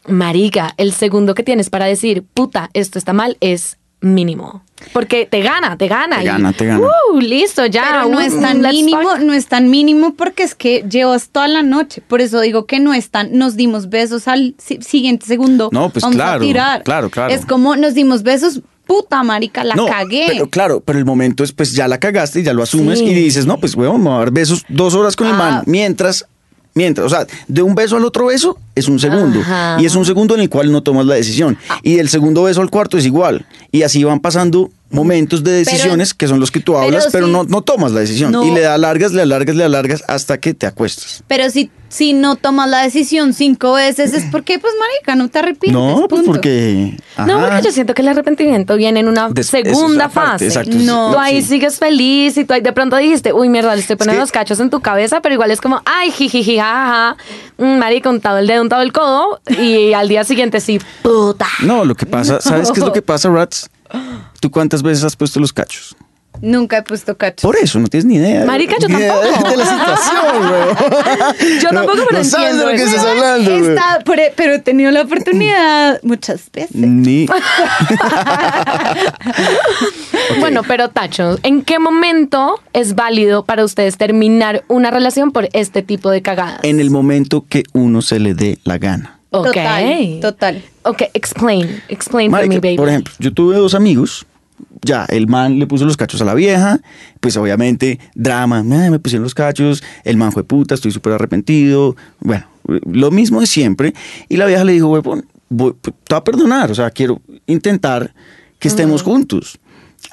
[SPEAKER 4] marica, el segundo que tienes para decir, puta, esto está mal, es mínimo. Porque te gana, te gana.
[SPEAKER 3] Te
[SPEAKER 4] y,
[SPEAKER 3] gana, te gana.
[SPEAKER 4] "Uh, listo, ya.
[SPEAKER 2] Pero no
[SPEAKER 4] uh,
[SPEAKER 2] es tan
[SPEAKER 4] let's
[SPEAKER 2] mínimo,
[SPEAKER 4] fuck".
[SPEAKER 2] no es tan mínimo porque es que llevas toda la noche. Por eso digo que no es tan, nos dimos besos al si- siguiente segundo.
[SPEAKER 3] No, pues
[SPEAKER 2] vamos
[SPEAKER 3] claro,
[SPEAKER 2] a tirar.
[SPEAKER 3] claro, claro.
[SPEAKER 2] Es como nos dimos besos, puta marica, la
[SPEAKER 3] no,
[SPEAKER 2] cagué.
[SPEAKER 3] Pero claro, pero el momento es pues ya la cagaste y ya lo asumes
[SPEAKER 4] Sí.
[SPEAKER 3] y dices, no, pues weón, me voy a dar besos dos horas con el
[SPEAKER 2] Ah.
[SPEAKER 3] man. Mientras, mientras, o sea, de un beso al otro beso es un segundo.
[SPEAKER 4] Ajá.
[SPEAKER 3] Y es un segundo en el cual no tomas la decisión.
[SPEAKER 2] Ah.
[SPEAKER 3] Y del segundo beso al cuarto es igual. Y así van pasando momentos de
[SPEAKER 2] Pero-
[SPEAKER 3] decisiones que son los que tú
[SPEAKER 2] pero
[SPEAKER 3] hablas, pero,
[SPEAKER 2] sí.
[SPEAKER 3] no, no tomas la decisión.
[SPEAKER 2] No.
[SPEAKER 3] Y le alargas, le alargas, le alargas hasta que te acuestas.
[SPEAKER 2] Pero si, si no tomas la decisión cinco veces, es porque, pues, marica, no te arrepientes.
[SPEAKER 3] no, pues
[SPEAKER 2] punto.
[SPEAKER 3] porque...
[SPEAKER 4] No,
[SPEAKER 3] ajá.
[SPEAKER 4] porque yo siento que el arrepentimiento viene en una
[SPEAKER 3] Des- eso es
[SPEAKER 4] segunda
[SPEAKER 3] aparte,
[SPEAKER 4] fase.
[SPEAKER 3] exacto,
[SPEAKER 2] No.
[SPEAKER 4] Tú ahí
[SPEAKER 3] sí.
[SPEAKER 4] sigues feliz y tú ahí de pronto dijiste, uy, mierda, le estoy poniendo
[SPEAKER 3] que-
[SPEAKER 4] los cachos en tu cabeza, pero igual es como, ay, jijiji, jajaja, mm, marica, untado el dedo, untado el codo, y al día siguiente sí, puta.
[SPEAKER 3] No, lo que pasa,
[SPEAKER 2] <laughs>
[SPEAKER 3] ¿sabes qué es lo que pasa, Rats? ¿Tú cuántas veces has puesto los cachos?
[SPEAKER 2] Nunca he puesto cacho.
[SPEAKER 3] Por eso, no tienes ni idea.
[SPEAKER 4] Marica, yo
[SPEAKER 3] ni idea
[SPEAKER 4] tampoco.
[SPEAKER 3] De la situación, güey.
[SPEAKER 4] <laughs> Yo tampoco, pero
[SPEAKER 3] no sabes de
[SPEAKER 4] entiendo
[SPEAKER 3] lo que
[SPEAKER 4] eso.
[SPEAKER 3] estás hablando, güey.
[SPEAKER 2] Está- pero, e, pero he tenido la oportunidad muchas veces.
[SPEAKER 4] <laughs>
[SPEAKER 3] Ni...
[SPEAKER 4] Bueno, pero Tacho, ¿en qué momento es válido para ustedes terminar una relación por este tipo de cagadas?
[SPEAKER 3] En el momento que uno se le dé la gana.
[SPEAKER 4] Ok.
[SPEAKER 2] Total, total.
[SPEAKER 4] Ok, explain, explain for
[SPEAKER 3] Marica,
[SPEAKER 4] me, baby.
[SPEAKER 3] por ejemplo, yo tuve dos amigos, ya, el man le puso los cachos a la vieja, pues obviamente, drama, "Ay, me pusieron los cachos, el man fue puta, estoy súper arrepentido, bueno, lo mismo de siempre. Y la vieja le dijo, huevón, voy- pues, te voy a perdonar, o sea, quiero intentar que estemos juntos.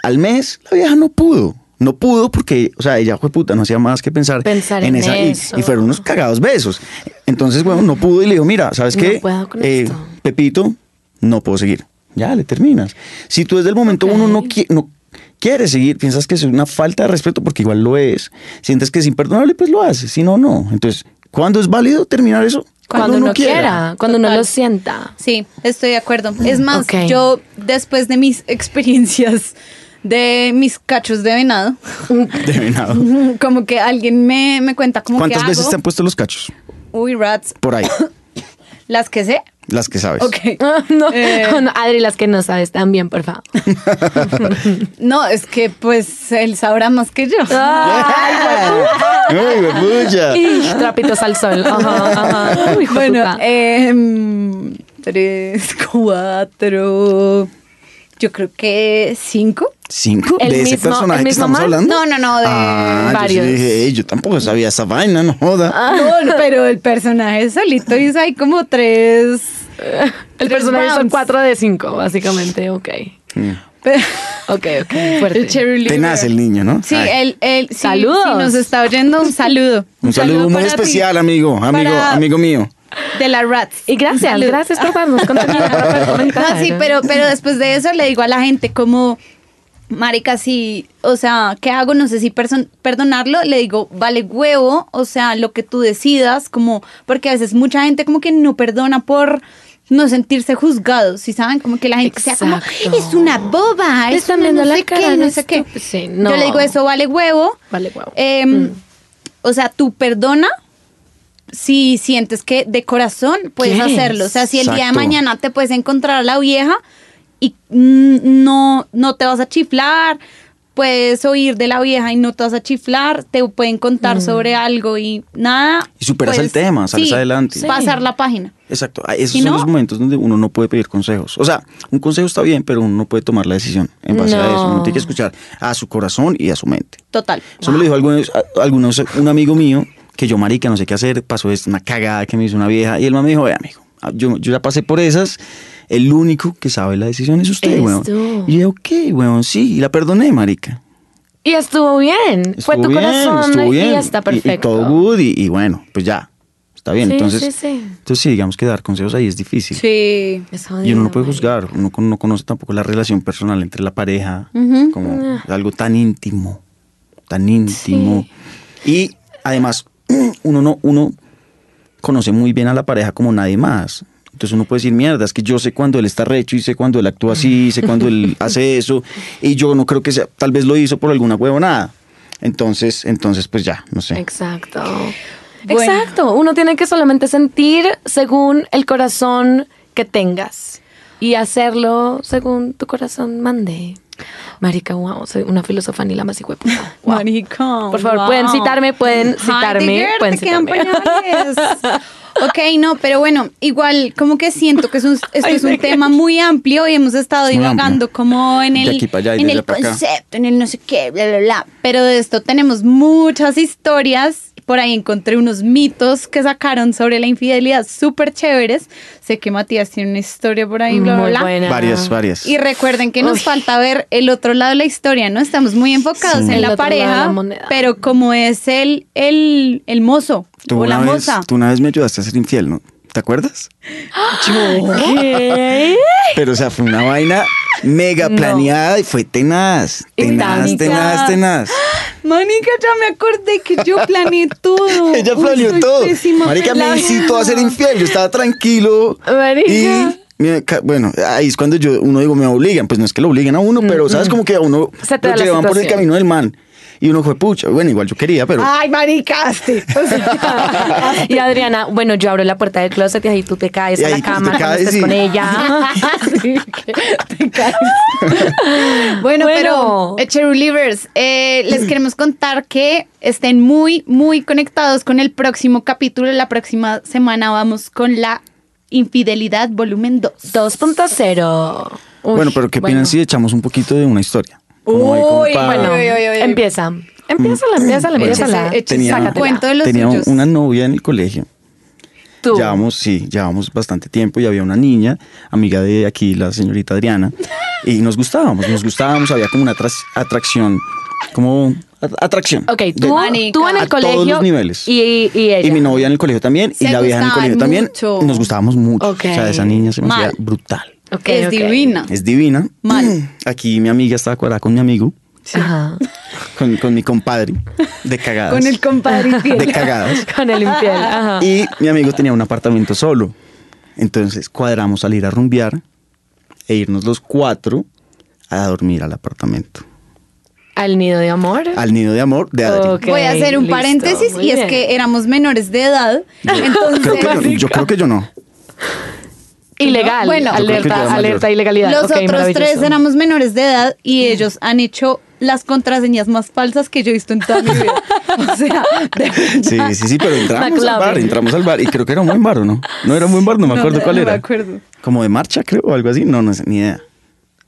[SPEAKER 3] Al mes, la vieja no pudo. No pudo porque, o sea, ella fue puta, no hacía más que pensar,
[SPEAKER 4] Pensar en
[SPEAKER 3] esa. y-
[SPEAKER 4] eso.
[SPEAKER 3] Y, fueron unos cagados besos. Entonces, bueno, no pudo y le dijo, mira, ¿sabes
[SPEAKER 4] No
[SPEAKER 3] qué?
[SPEAKER 4] puedo con
[SPEAKER 3] Eh,
[SPEAKER 4] esto.
[SPEAKER 3] Pepito, no puedo seguir. Ya, le terminas. Si tú desde el momento uno no, qui- no quieres seguir, piensas que es una falta de respeto, porque igual lo es, sientes que es imperdonable, pues lo haces. Si no, no. Entonces, ¿cuándo es válido terminar eso?
[SPEAKER 4] Cuando, uno quiera, cuando uno
[SPEAKER 2] Total.
[SPEAKER 4] lo sienta.
[SPEAKER 2] Sí, estoy de acuerdo. Es más,
[SPEAKER 4] Mm, Ok.
[SPEAKER 2] yo después de mis <laughs> experiencias de mis cachos de venado,
[SPEAKER 3] <laughs> De
[SPEAKER 4] <laughs>
[SPEAKER 3] venado.
[SPEAKER 2] como que alguien me, me cuenta como
[SPEAKER 3] ¿Cuántas
[SPEAKER 2] que
[SPEAKER 3] veces
[SPEAKER 2] hago,
[SPEAKER 3] te han puesto los cachos?
[SPEAKER 2] uy, rats,
[SPEAKER 3] Por
[SPEAKER 4] <coughs>
[SPEAKER 3] ahí,
[SPEAKER 2] las que sé.
[SPEAKER 3] las que sabes.
[SPEAKER 4] <laughs>
[SPEAKER 2] Ok.
[SPEAKER 4] Ah, no,
[SPEAKER 2] Eh.
[SPEAKER 4] no, Adri, las que no sabes también,
[SPEAKER 3] <laughs>
[SPEAKER 4] por favor.
[SPEAKER 2] No, es que pues él sabrá más que yo.
[SPEAKER 4] Ah.
[SPEAKER 2] <laughs>
[SPEAKER 3] ¡Ay, huepucha!
[SPEAKER 4] Y trapitos al sol. Ajá, ajá. Uy, <laughs> hijo de
[SPEAKER 2] bueno, eh,
[SPEAKER 4] puta.
[SPEAKER 2] em, tres, <laughs> cuatro, yo creo que cinco.
[SPEAKER 3] ¿Cinco?
[SPEAKER 4] el
[SPEAKER 3] ¿De ese
[SPEAKER 4] mismo-
[SPEAKER 3] personaje
[SPEAKER 4] el
[SPEAKER 3] que
[SPEAKER 4] mismo
[SPEAKER 3] estamos
[SPEAKER 4] man?
[SPEAKER 3] hablando?
[SPEAKER 2] No, no, no, de
[SPEAKER 3] Ah, yo,
[SPEAKER 4] varios.
[SPEAKER 3] sí dije, "Ey, yo tampoco sabía esa vaina, no joda.
[SPEAKER 4] Ah.
[SPEAKER 2] No, no, pero el personaje solito hizo ahí como tres. tres
[SPEAKER 4] El personaje son
[SPEAKER 2] rounds.
[SPEAKER 4] cuatro de cinco, básicamente. Ok.
[SPEAKER 2] Pero-
[SPEAKER 4] Ok, ok.
[SPEAKER 2] El
[SPEAKER 4] Fuerte.
[SPEAKER 2] cheerleader.
[SPEAKER 3] Tenaz el niño, ¿no?
[SPEAKER 2] Sí,
[SPEAKER 3] Ay.
[SPEAKER 2] él, él, sí,
[SPEAKER 4] Saludos.
[SPEAKER 2] sí, nos está oyendo, un saludo.
[SPEAKER 3] Un saludo muy
[SPEAKER 2] para ti.
[SPEAKER 3] especial, amigo, amigo,
[SPEAKER 2] Para-
[SPEAKER 3] amigo mío.
[SPEAKER 2] De la Rats.
[SPEAKER 4] Y gracias,
[SPEAKER 2] Salud.
[SPEAKER 4] gracias por darnos contenido.
[SPEAKER 2] <laughs>
[SPEAKER 4] por comentar.
[SPEAKER 2] No, sí, pero, pero después de eso le digo a la gente como, marica, sí, o sea, ¿qué hago? No sé si perso- perdonarlo. Le digo, vale huevo, o sea, lo que tú decidas, como, porque a veces mucha gente como que no perdona por no sentirse juzgado, ¿sí saben? Como que la gente sea como,
[SPEAKER 4] Exacto.
[SPEAKER 2] es una boba,
[SPEAKER 4] Le
[SPEAKER 2] es
[SPEAKER 4] están
[SPEAKER 2] una
[SPEAKER 4] viendo
[SPEAKER 2] no
[SPEAKER 4] la
[SPEAKER 2] sé
[SPEAKER 4] cara
[SPEAKER 2] qué,
[SPEAKER 4] de
[SPEAKER 2] no sé qué.
[SPEAKER 4] estúpido. Sí, no.
[SPEAKER 2] Yo le digo eso, vale huevo.
[SPEAKER 4] Vale, Mm. guau.
[SPEAKER 2] Em, O sea, tú perdona si sientes que de corazón puedes
[SPEAKER 4] Yes.
[SPEAKER 2] hacerlo. O sea, si el día de
[SPEAKER 3] Exacto.
[SPEAKER 2] mañana te puedes encontrar a la vieja y mm, no, no te vas a chiflar, puedes oír de la vieja y no te vas a chiflar, te pueden contar sobre algo y nada.
[SPEAKER 3] Mm. Y superas el tema, sales adelante.
[SPEAKER 2] Pasar la página.
[SPEAKER 3] Exacto. Ah, Esos
[SPEAKER 2] Si
[SPEAKER 3] son
[SPEAKER 2] no-
[SPEAKER 3] los momentos donde uno no puede pedir consejos. O sea, un consejo está bien, pero uno no puede tomar la decisión en base a eso. Uno
[SPEAKER 4] No.
[SPEAKER 3] tiene que escuchar a su corazón y a su mente.
[SPEAKER 2] Total.
[SPEAKER 3] Eso me lo dijo alguna vez- a- alguna vez un amigo mío que yo, marica, no sé qué hacer, pasó esto, una cagada que me hizo una vieja. Y el man me dijo, ve, amigo, ah, yo, yo ya pasé por esas. El único que sabe la decisión es usted,
[SPEAKER 4] Eres
[SPEAKER 3] weón.
[SPEAKER 4] tú.
[SPEAKER 3] Y yo, dije, ok, weón, sí. Y la perdoné, marica.
[SPEAKER 4] Y estuvo bien. Fue tu
[SPEAKER 3] Estuvo bien,
[SPEAKER 4] corazón
[SPEAKER 3] estuvo
[SPEAKER 4] y
[SPEAKER 3] bien,
[SPEAKER 4] ya está perfecto.
[SPEAKER 3] Y, todo good y, y bueno, pues ya, está bien.
[SPEAKER 4] Sí,
[SPEAKER 3] entonces,
[SPEAKER 4] sí, sí.
[SPEAKER 3] entonces sí, digamos que dar consejos ahí es difícil.
[SPEAKER 2] Sí.
[SPEAKER 4] Es
[SPEAKER 3] Y uno
[SPEAKER 4] jodido,
[SPEAKER 3] no puede
[SPEAKER 4] marica.
[SPEAKER 3] juzgar, uno con- no conoce tampoco la relación personal entre la pareja,
[SPEAKER 2] Ah.
[SPEAKER 3] como algo tan íntimo, tan íntimo. Y además, <clears throat> uno no, uno conoce muy bien a la pareja como nadie más. Entonces uno puede decir, mierda, es que yo sé cuando él está recho y sé cuando él actúa así, sé cuando él
[SPEAKER 2] <laughs>
[SPEAKER 3] hace eso, y yo no creo que sea, tal vez lo hizo por alguna huevonada. Entonces, entonces pues ya, no sé.
[SPEAKER 4] Exacto.
[SPEAKER 2] Bueno.
[SPEAKER 4] Exacto. Uno tiene que solamente sentir según el corazón que tengas y hacerlo según tu corazón mande. Marica, wow, soy una filósofa ni la más
[SPEAKER 2] <laughs>
[SPEAKER 4] hijueputa. Wow.
[SPEAKER 2] Marica,
[SPEAKER 4] Por favor,
[SPEAKER 2] wow.
[SPEAKER 4] pueden citarme, pueden citarme,
[SPEAKER 2] Heidegger,
[SPEAKER 4] pueden
[SPEAKER 2] te quedan
[SPEAKER 4] citarme. <laughs>
[SPEAKER 2] pañales. Ok, no, pero bueno, igual como que siento que es un- esto es un
[SPEAKER 4] Heidegger.
[SPEAKER 2] tema muy amplio y hemos estado
[SPEAKER 3] Es muy
[SPEAKER 2] divagando
[SPEAKER 3] amplio.
[SPEAKER 2] como en
[SPEAKER 3] De
[SPEAKER 2] el,
[SPEAKER 3] aquí para allá y de
[SPEAKER 2] en
[SPEAKER 3] allá
[SPEAKER 2] el
[SPEAKER 3] para acá.
[SPEAKER 2] concepto, en el no sé qué, bla, bla, bla. Pero de esto tenemos muchas historias. Por ahí encontré unos mitos que sacaron sobre la infidelidad súper chéveres. Sé que Matías tiene una historia por ahí, bla, bla,
[SPEAKER 4] Muy
[SPEAKER 2] bla.
[SPEAKER 4] buena.
[SPEAKER 3] Varias, varias.
[SPEAKER 2] Y recuerden que nos
[SPEAKER 4] Uy.
[SPEAKER 2] falta ver el otro lado de la historia, ¿no? Estamos muy enfocados
[SPEAKER 3] Sí.
[SPEAKER 2] en
[SPEAKER 4] El
[SPEAKER 2] la
[SPEAKER 4] otro lado de la
[SPEAKER 2] pareja,
[SPEAKER 4] moneda.
[SPEAKER 2] pero como es el, el, el mozo
[SPEAKER 3] Tú
[SPEAKER 2] o la
[SPEAKER 3] una, vez,
[SPEAKER 2] moza.
[SPEAKER 3] tú una vez me ayudaste a ser infiel, ¿no? ¿Te acuerdas?
[SPEAKER 2] <laughs>
[SPEAKER 4] ¿Qué?
[SPEAKER 3] Pero, o sea, fue una vaina mega
[SPEAKER 4] No.
[SPEAKER 3] planeada y fue tenaz.
[SPEAKER 4] Y
[SPEAKER 3] Tenaz,
[SPEAKER 4] tánica.
[SPEAKER 3] tenaz, tenaz.
[SPEAKER 2] Manica, ya me acordé que yo planeé todo.
[SPEAKER 3] <laughs> Ella
[SPEAKER 2] Uy,
[SPEAKER 3] planeó
[SPEAKER 2] soy
[SPEAKER 3] todo.
[SPEAKER 2] pésima
[SPEAKER 3] Marica
[SPEAKER 2] para
[SPEAKER 3] me
[SPEAKER 2] la
[SPEAKER 3] incitó a
[SPEAKER 2] <laughs>
[SPEAKER 3] ser
[SPEAKER 2] vida.
[SPEAKER 3] infiel. Yo estaba tranquilo.
[SPEAKER 4] Marica.
[SPEAKER 3] Y. me ca- Bueno, ahí es cuando yo, uno digo, me obligan. Pues no es que lo obligan a uno, pero sabes como que a uno
[SPEAKER 4] Se te
[SPEAKER 3] lo
[SPEAKER 4] da la
[SPEAKER 3] llevan por el
[SPEAKER 4] situación. Ah,
[SPEAKER 3] camino del man. Y uno fue pucha. Bueno, igual yo quería, pero.
[SPEAKER 2] Ay, maricaste. O sea,
[SPEAKER 4] <laughs> y Adriana, bueno, yo abro la puerta del closet y ahí tú te caes
[SPEAKER 3] Y
[SPEAKER 4] a
[SPEAKER 3] ahí
[SPEAKER 4] la
[SPEAKER 3] tú te
[SPEAKER 4] cama cuando
[SPEAKER 3] caes
[SPEAKER 4] estés
[SPEAKER 3] y- <laughs>
[SPEAKER 4] con ella.
[SPEAKER 2] <laughs> Así que te caes. Bueno,
[SPEAKER 4] Bueno.
[SPEAKER 2] pero eh, Cherulivers, eh, les queremos contar que estén muy, muy conectados con el próximo capítulo. La próxima semana vamos con la infidelidad volumen 2.
[SPEAKER 4] 2.0. Uy,
[SPEAKER 3] bueno, pero ¿qué opinan
[SPEAKER 4] bueno.
[SPEAKER 3] si echamos un poquito de una historia? Como ahí, como
[SPEAKER 5] Uy,
[SPEAKER 3] para-
[SPEAKER 4] Bueno,
[SPEAKER 5] Uy, uy, uy.
[SPEAKER 4] empieza. Empieza la, empieza la,
[SPEAKER 3] Mm. Bueno,
[SPEAKER 4] empieza
[SPEAKER 5] échese, échese.
[SPEAKER 3] tenía,
[SPEAKER 5] sácatela.
[SPEAKER 2] Cuento de los
[SPEAKER 3] tenía
[SPEAKER 2] suyos.
[SPEAKER 3] una novia en el colegio.
[SPEAKER 4] Tú.
[SPEAKER 3] Llevamos, sí, llevamos bastante tiempo y había una niña, amiga de aquí, la señorita Adriana, y nos gustábamos, nos gustábamos, había como una atras- atracción, como at- atracción.
[SPEAKER 4] Ok,
[SPEAKER 3] De-
[SPEAKER 4] tú,
[SPEAKER 5] Marica.
[SPEAKER 4] tú en el
[SPEAKER 3] A todos
[SPEAKER 4] colegio.
[SPEAKER 3] los niveles.
[SPEAKER 4] Y, y ella.
[SPEAKER 3] Y mi novia en el colegio también,
[SPEAKER 2] Se
[SPEAKER 3] y la vieja en el
[SPEAKER 2] gustaban
[SPEAKER 3] colegio también.
[SPEAKER 2] mucho.
[SPEAKER 3] Nos gustábamos mucho.
[SPEAKER 4] Ok.
[SPEAKER 3] O sea, esa niña se me
[SPEAKER 2] Mal.
[SPEAKER 3] hacía brutal.
[SPEAKER 4] Ok,
[SPEAKER 2] es
[SPEAKER 4] ok.
[SPEAKER 2] divina.
[SPEAKER 3] Es divina.
[SPEAKER 2] Mal.
[SPEAKER 3] <clears throat> Aquí mi amiga estaba cuadrada con mi amigo,
[SPEAKER 4] Ajá.
[SPEAKER 3] con, con mi compadre, de cagadas.
[SPEAKER 2] Con el
[SPEAKER 4] <laughs>
[SPEAKER 2] compadre infiel.
[SPEAKER 3] de cagadas.
[SPEAKER 4] <laughs> Con el infiel. Ajá.
[SPEAKER 3] Y mi amigo tenía un apartamento solo. Entonces cuadramos salir a rumbear e irnos los cuatro a dormir al apartamento.
[SPEAKER 4] Al nido de amor.
[SPEAKER 3] Al nido de amor de Adri.
[SPEAKER 4] Ok,
[SPEAKER 2] Voy a hacer un
[SPEAKER 4] listo,
[SPEAKER 2] paréntesis
[SPEAKER 4] muy
[SPEAKER 2] y es
[SPEAKER 4] bien.
[SPEAKER 2] que éramos menores de edad. <laughs> Entonces,
[SPEAKER 3] Creo que yo, yo creo que yo no.
[SPEAKER 4] Ilegal.
[SPEAKER 2] Bueno.
[SPEAKER 4] Bueno,
[SPEAKER 2] Yo
[SPEAKER 3] creo que ya
[SPEAKER 4] alerta,
[SPEAKER 3] mayor.
[SPEAKER 4] alerta, ilegalidad.
[SPEAKER 2] los
[SPEAKER 4] Ok,
[SPEAKER 2] otros
[SPEAKER 4] maravilloso. Mm.
[SPEAKER 2] tres éramos menores de edad y ellos han hecho las contraseñas más falsas que yo he visto en toda mi
[SPEAKER 4] <laughs>
[SPEAKER 2] vida. O sea, de
[SPEAKER 3] Sí, sí, sí, pero entramos al
[SPEAKER 4] McLovin.
[SPEAKER 3] bar, entramos al bar y creo que era un buen bar, ¿o ¿no? No era un buen bar, no me
[SPEAKER 2] No,
[SPEAKER 3] acuerdo
[SPEAKER 2] no,
[SPEAKER 3] cuál
[SPEAKER 2] no me
[SPEAKER 3] era.
[SPEAKER 2] acuerdo.
[SPEAKER 3] Como de marcha, creo, o algo así. No, no sé, ni idea.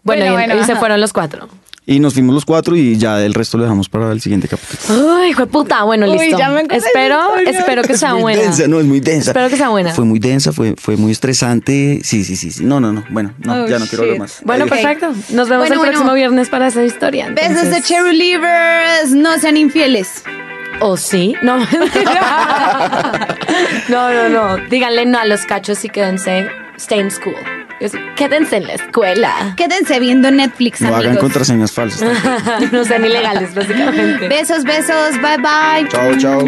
[SPEAKER 4] Bueno,
[SPEAKER 5] Bueno,
[SPEAKER 4] y,
[SPEAKER 5] bueno,
[SPEAKER 4] y se
[SPEAKER 5] ajá.
[SPEAKER 4] fueron los cuatro.
[SPEAKER 3] Y nos fuimos los cuatro y ya el resto lo dejamos para el siguiente capítulo.
[SPEAKER 4] Uy, hijo de puta. Bueno,
[SPEAKER 5] Uy,
[SPEAKER 4] listo.
[SPEAKER 5] ya me acordé de esa
[SPEAKER 4] Espero,
[SPEAKER 5] historia.
[SPEAKER 4] espero que
[SPEAKER 3] Es
[SPEAKER 4] sea
[SPEAKER 3] muy
[SPEAKER 4] buena.
[SPEAKER 3] densa, no, es muy densa.
[SPEAKER 4] Espero que sea buena.
[SPEAKER 3] Fue muy densa, fue, fue muy estresante. Sí, sí, sí. sí. No, no, no. Bueno, no,
[SPEAKER 2] Oh,
[SPEAKER 3] ya no quiero
[SPEAKER 2] shit.
[SPEAKER 3] hablar más.
[SPEAKER 4] Bueno,
[SPEAKER 3] Adiós.
[SPEAKER 4] perfecto. Nos vemos
[SPEAKER 2] Bueno,
[SPEAKER 4] el
[SPEAKER 2] bueno.
[SPEAKER 4] próximo viernes para esa historia.
[SPEAKER 2] Besos de
[SPEAKER 4] entonces.
[SPEAKER 2] Cherry Livers, no sean infieles.
[SPEAKER 4] ¿O sí? No. <laughs> no, no, no. Díganle no a los cachos y quédense. Stay in school. Es- Quédense en la escuela.
[SPEAKER 2] Quédense viendo Netflix,
[SPEAKER 4] pues,
[SPEAKER 3] No hagan
[SPEAKER 2] amigos.
[SPEAKER 3] contraseñas falsas.
[SPEAKER 4] <laughs>
[SPEAKER 3] tampoco.
[SPEAKER 4] no sean ilegales, básicamente.
[SPEAKER 2] Besos, besos, bye bye.
[SPEAKER 3] chao, chao.